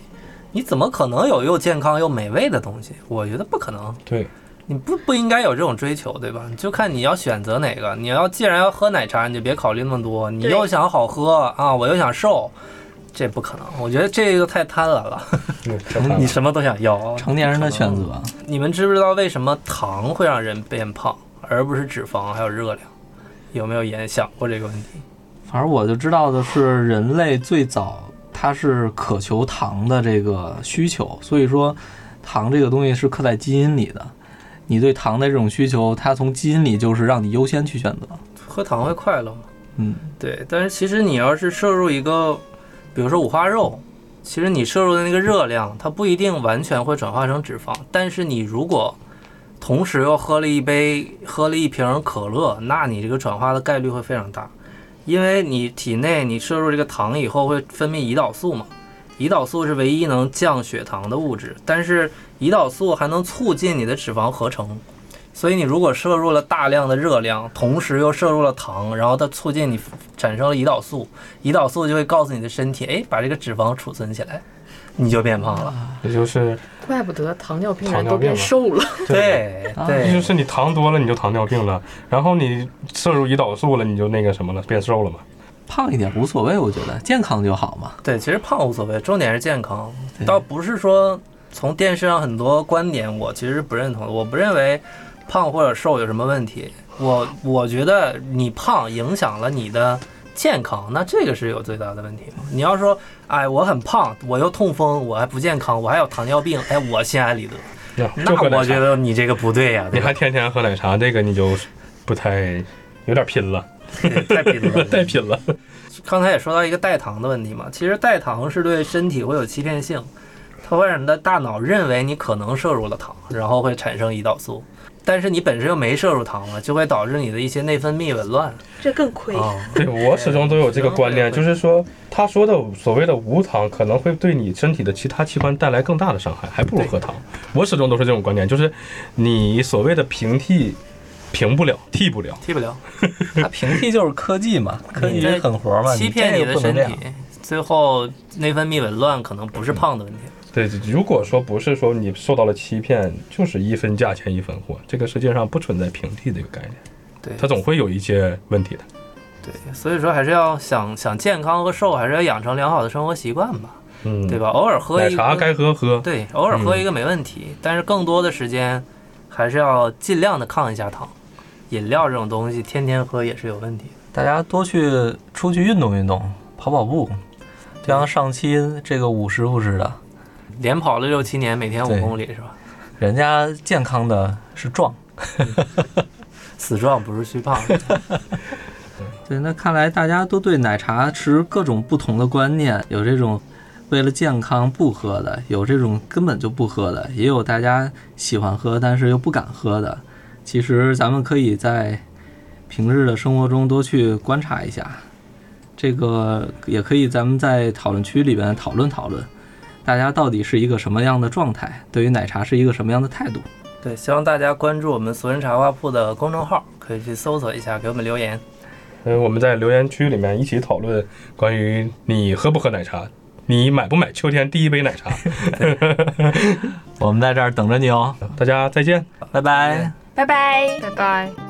S2: 你怎么可能有又健康又美味的东西？我觉得不可能，
S4: 对，
S2: 你不不应该有这种追求，对吧？你就看你要选择哪个。你要既然要喝奶茶，你就别考虑那么多。你
S5: 对
S2: 又想好喝啊，我又想瘦，这不可能。我觉得这个太贪婪了，
S4: 嗯太棒了
S2: [LAUGHS] 你什么都想要。
S3: 成年人的选择，
S2: 你们知不知道为什么糖会让人变胖，而不是脂肪还有热量？有没有研想过这个问题？
S3: 反正我就知道的是，人类最早它是渴求糖的这个需求，所以说糖这个东西是刻在基因里的。你对糖的这种需求，它从基因里就是让你优先去选择。
S2: 喝糖会快乐吗？
S3: 嗯，
S2: 对，但是其实你要是摄入一个，比如说五花肉，其实你摄入的那个热量，它不一定完全会转化成脂肪，但是你如果同时又喝了一杯、喝了一瓶可乐，那你这个转化的概率会非常大，因为你体内你摄入这个糖以后会分泌胰岛素嘛，胰岛素是唯一能降血糖的物质，但是胰岛素还能促进你的脂肪合成，所以你如果摄入了大量的热量，同时又摄入了糖，然后它促进你产生了胰岛素，胰岛素就会告诉你的身体，哎，把这个脂肪储存起来。你就变胖了。 [LAUGHS]
S4: 也就是
S6: 怪不得糖尿病
S4: 糖
S6: 人
S4: 尿
S6: 都变
S4: 病嘛
S6: 瘦了。
S2: 对
S4: 这就
S2: 对，
S4: 是你糖多了你就糖尿病了，然后你摄入胰岛素了你就那个什么了，变瘦了嘛。
S3: 胖一点无所谓，我觉得健康就好嘛。
S2: 对，其实胖无所谓，重点是健康，
S3: 对
S2: 倒不是说从电视上很多观点，我其实不认同的，我不认为胖或者瘦有什么问题，我我觉得你胖影响了你的健康，那这个是有最大的问题。你要说，哎，我很胖，我又痛风，我还不健康，我还有糖尿病，哎，我心安理得，那
S4: 就喝奶茶
S2: 我觉得你这个不对呀、
S4: 你
S2: 对吧
S4: 还天天喝奶茶，这个你就不太有点拼了，
S2: [LAUGHS] 太贫了，
S4: 太拼了。
S2: 刚才也说到一个代糖的问题嘛，其实代糖是对身体会有欺骗性，它会让你的大脑认为你可能摄入了糖，然后会产生胰岛素，但是你本身又没摄入糖了，就会导致你的一些内分泌紊乱
S5: 这更亏。
S2: 啊。
S4: 对
S2: [LAUGHS]
S4: 我始终都有这个观念，就是说他说的所谓的无糖可能会对你身体的其他器官带来更大的伤害，还不如喝糖。我始终都是这种观点，就是你所谓的平替平不了，替不了。
S2: 替不了，
S3: 它平替就是科技嘛，科技
S2: 在
S3: 人狠活嘛，
S2: 欺
S3: 嗯这
S2: 骗
S3: 个
S2: 你的
S3: 不能
S2: 身
S3: 这样
S2: 体，最后内分泌紊乱可能不是胖的问题。
S4: 对，如果说不是说你受到了欺骗，就是一分价钱一分货，这个世界上不存在平替这个概念，
S2: 对，
S4: 它总会有一些问题的。
S2: 对，所以说还是要想想健康和瘦，还是要养成良好的生活习惯吧，
S4: 嗯，
S2: 对？吧？偶尔喝
S4: 奶
S2: 一
S4: 茶
S2: 杯
S4: 该喝喝，
S2: 对，偶尔喝一个没问题，
S3: 嗯
S2: 但是更多的时间还是要尽量的抗一下糖。饮料这种东西，天天喝也是有问题的。
S3: 大家多去出去运动运动，跑跑步。就像上期这个五师傅似的，
S2: 连跑了六七年，每天五
S3: 对
S2: 公里是吧？
S3: 人家健康的是壮。
S2: 死壮不是虚
S3: [LAUGHS]
S2: 胖。
S3: 对，那看来大家都对奶茶持各种不同的观念，有这种为了健康不喝的，有这种根本就不喝的，也有大家喜欢喝但是又不敢喝的。其实咱们可以在平日的生活中多去观察一下，这个也可以咱们在讨论区里边讨论讨论，大家到底是一个什么样的状态，对于奶茶是一个什么样的态度。
S2: 对，希望大家关注我们俗人茶话铺的公众号，可以去搜索一下，给我们留言。
S4: 嗯，我们在留言区里面一起讨论关于你喝不喝奶茶，你买不买秋天第一杯奶茶。
S3: 我们在这儿等着你哦，
S4: 大家再见。
S3: 拜拜。
S5: 拜拜。
S6: 拜拜。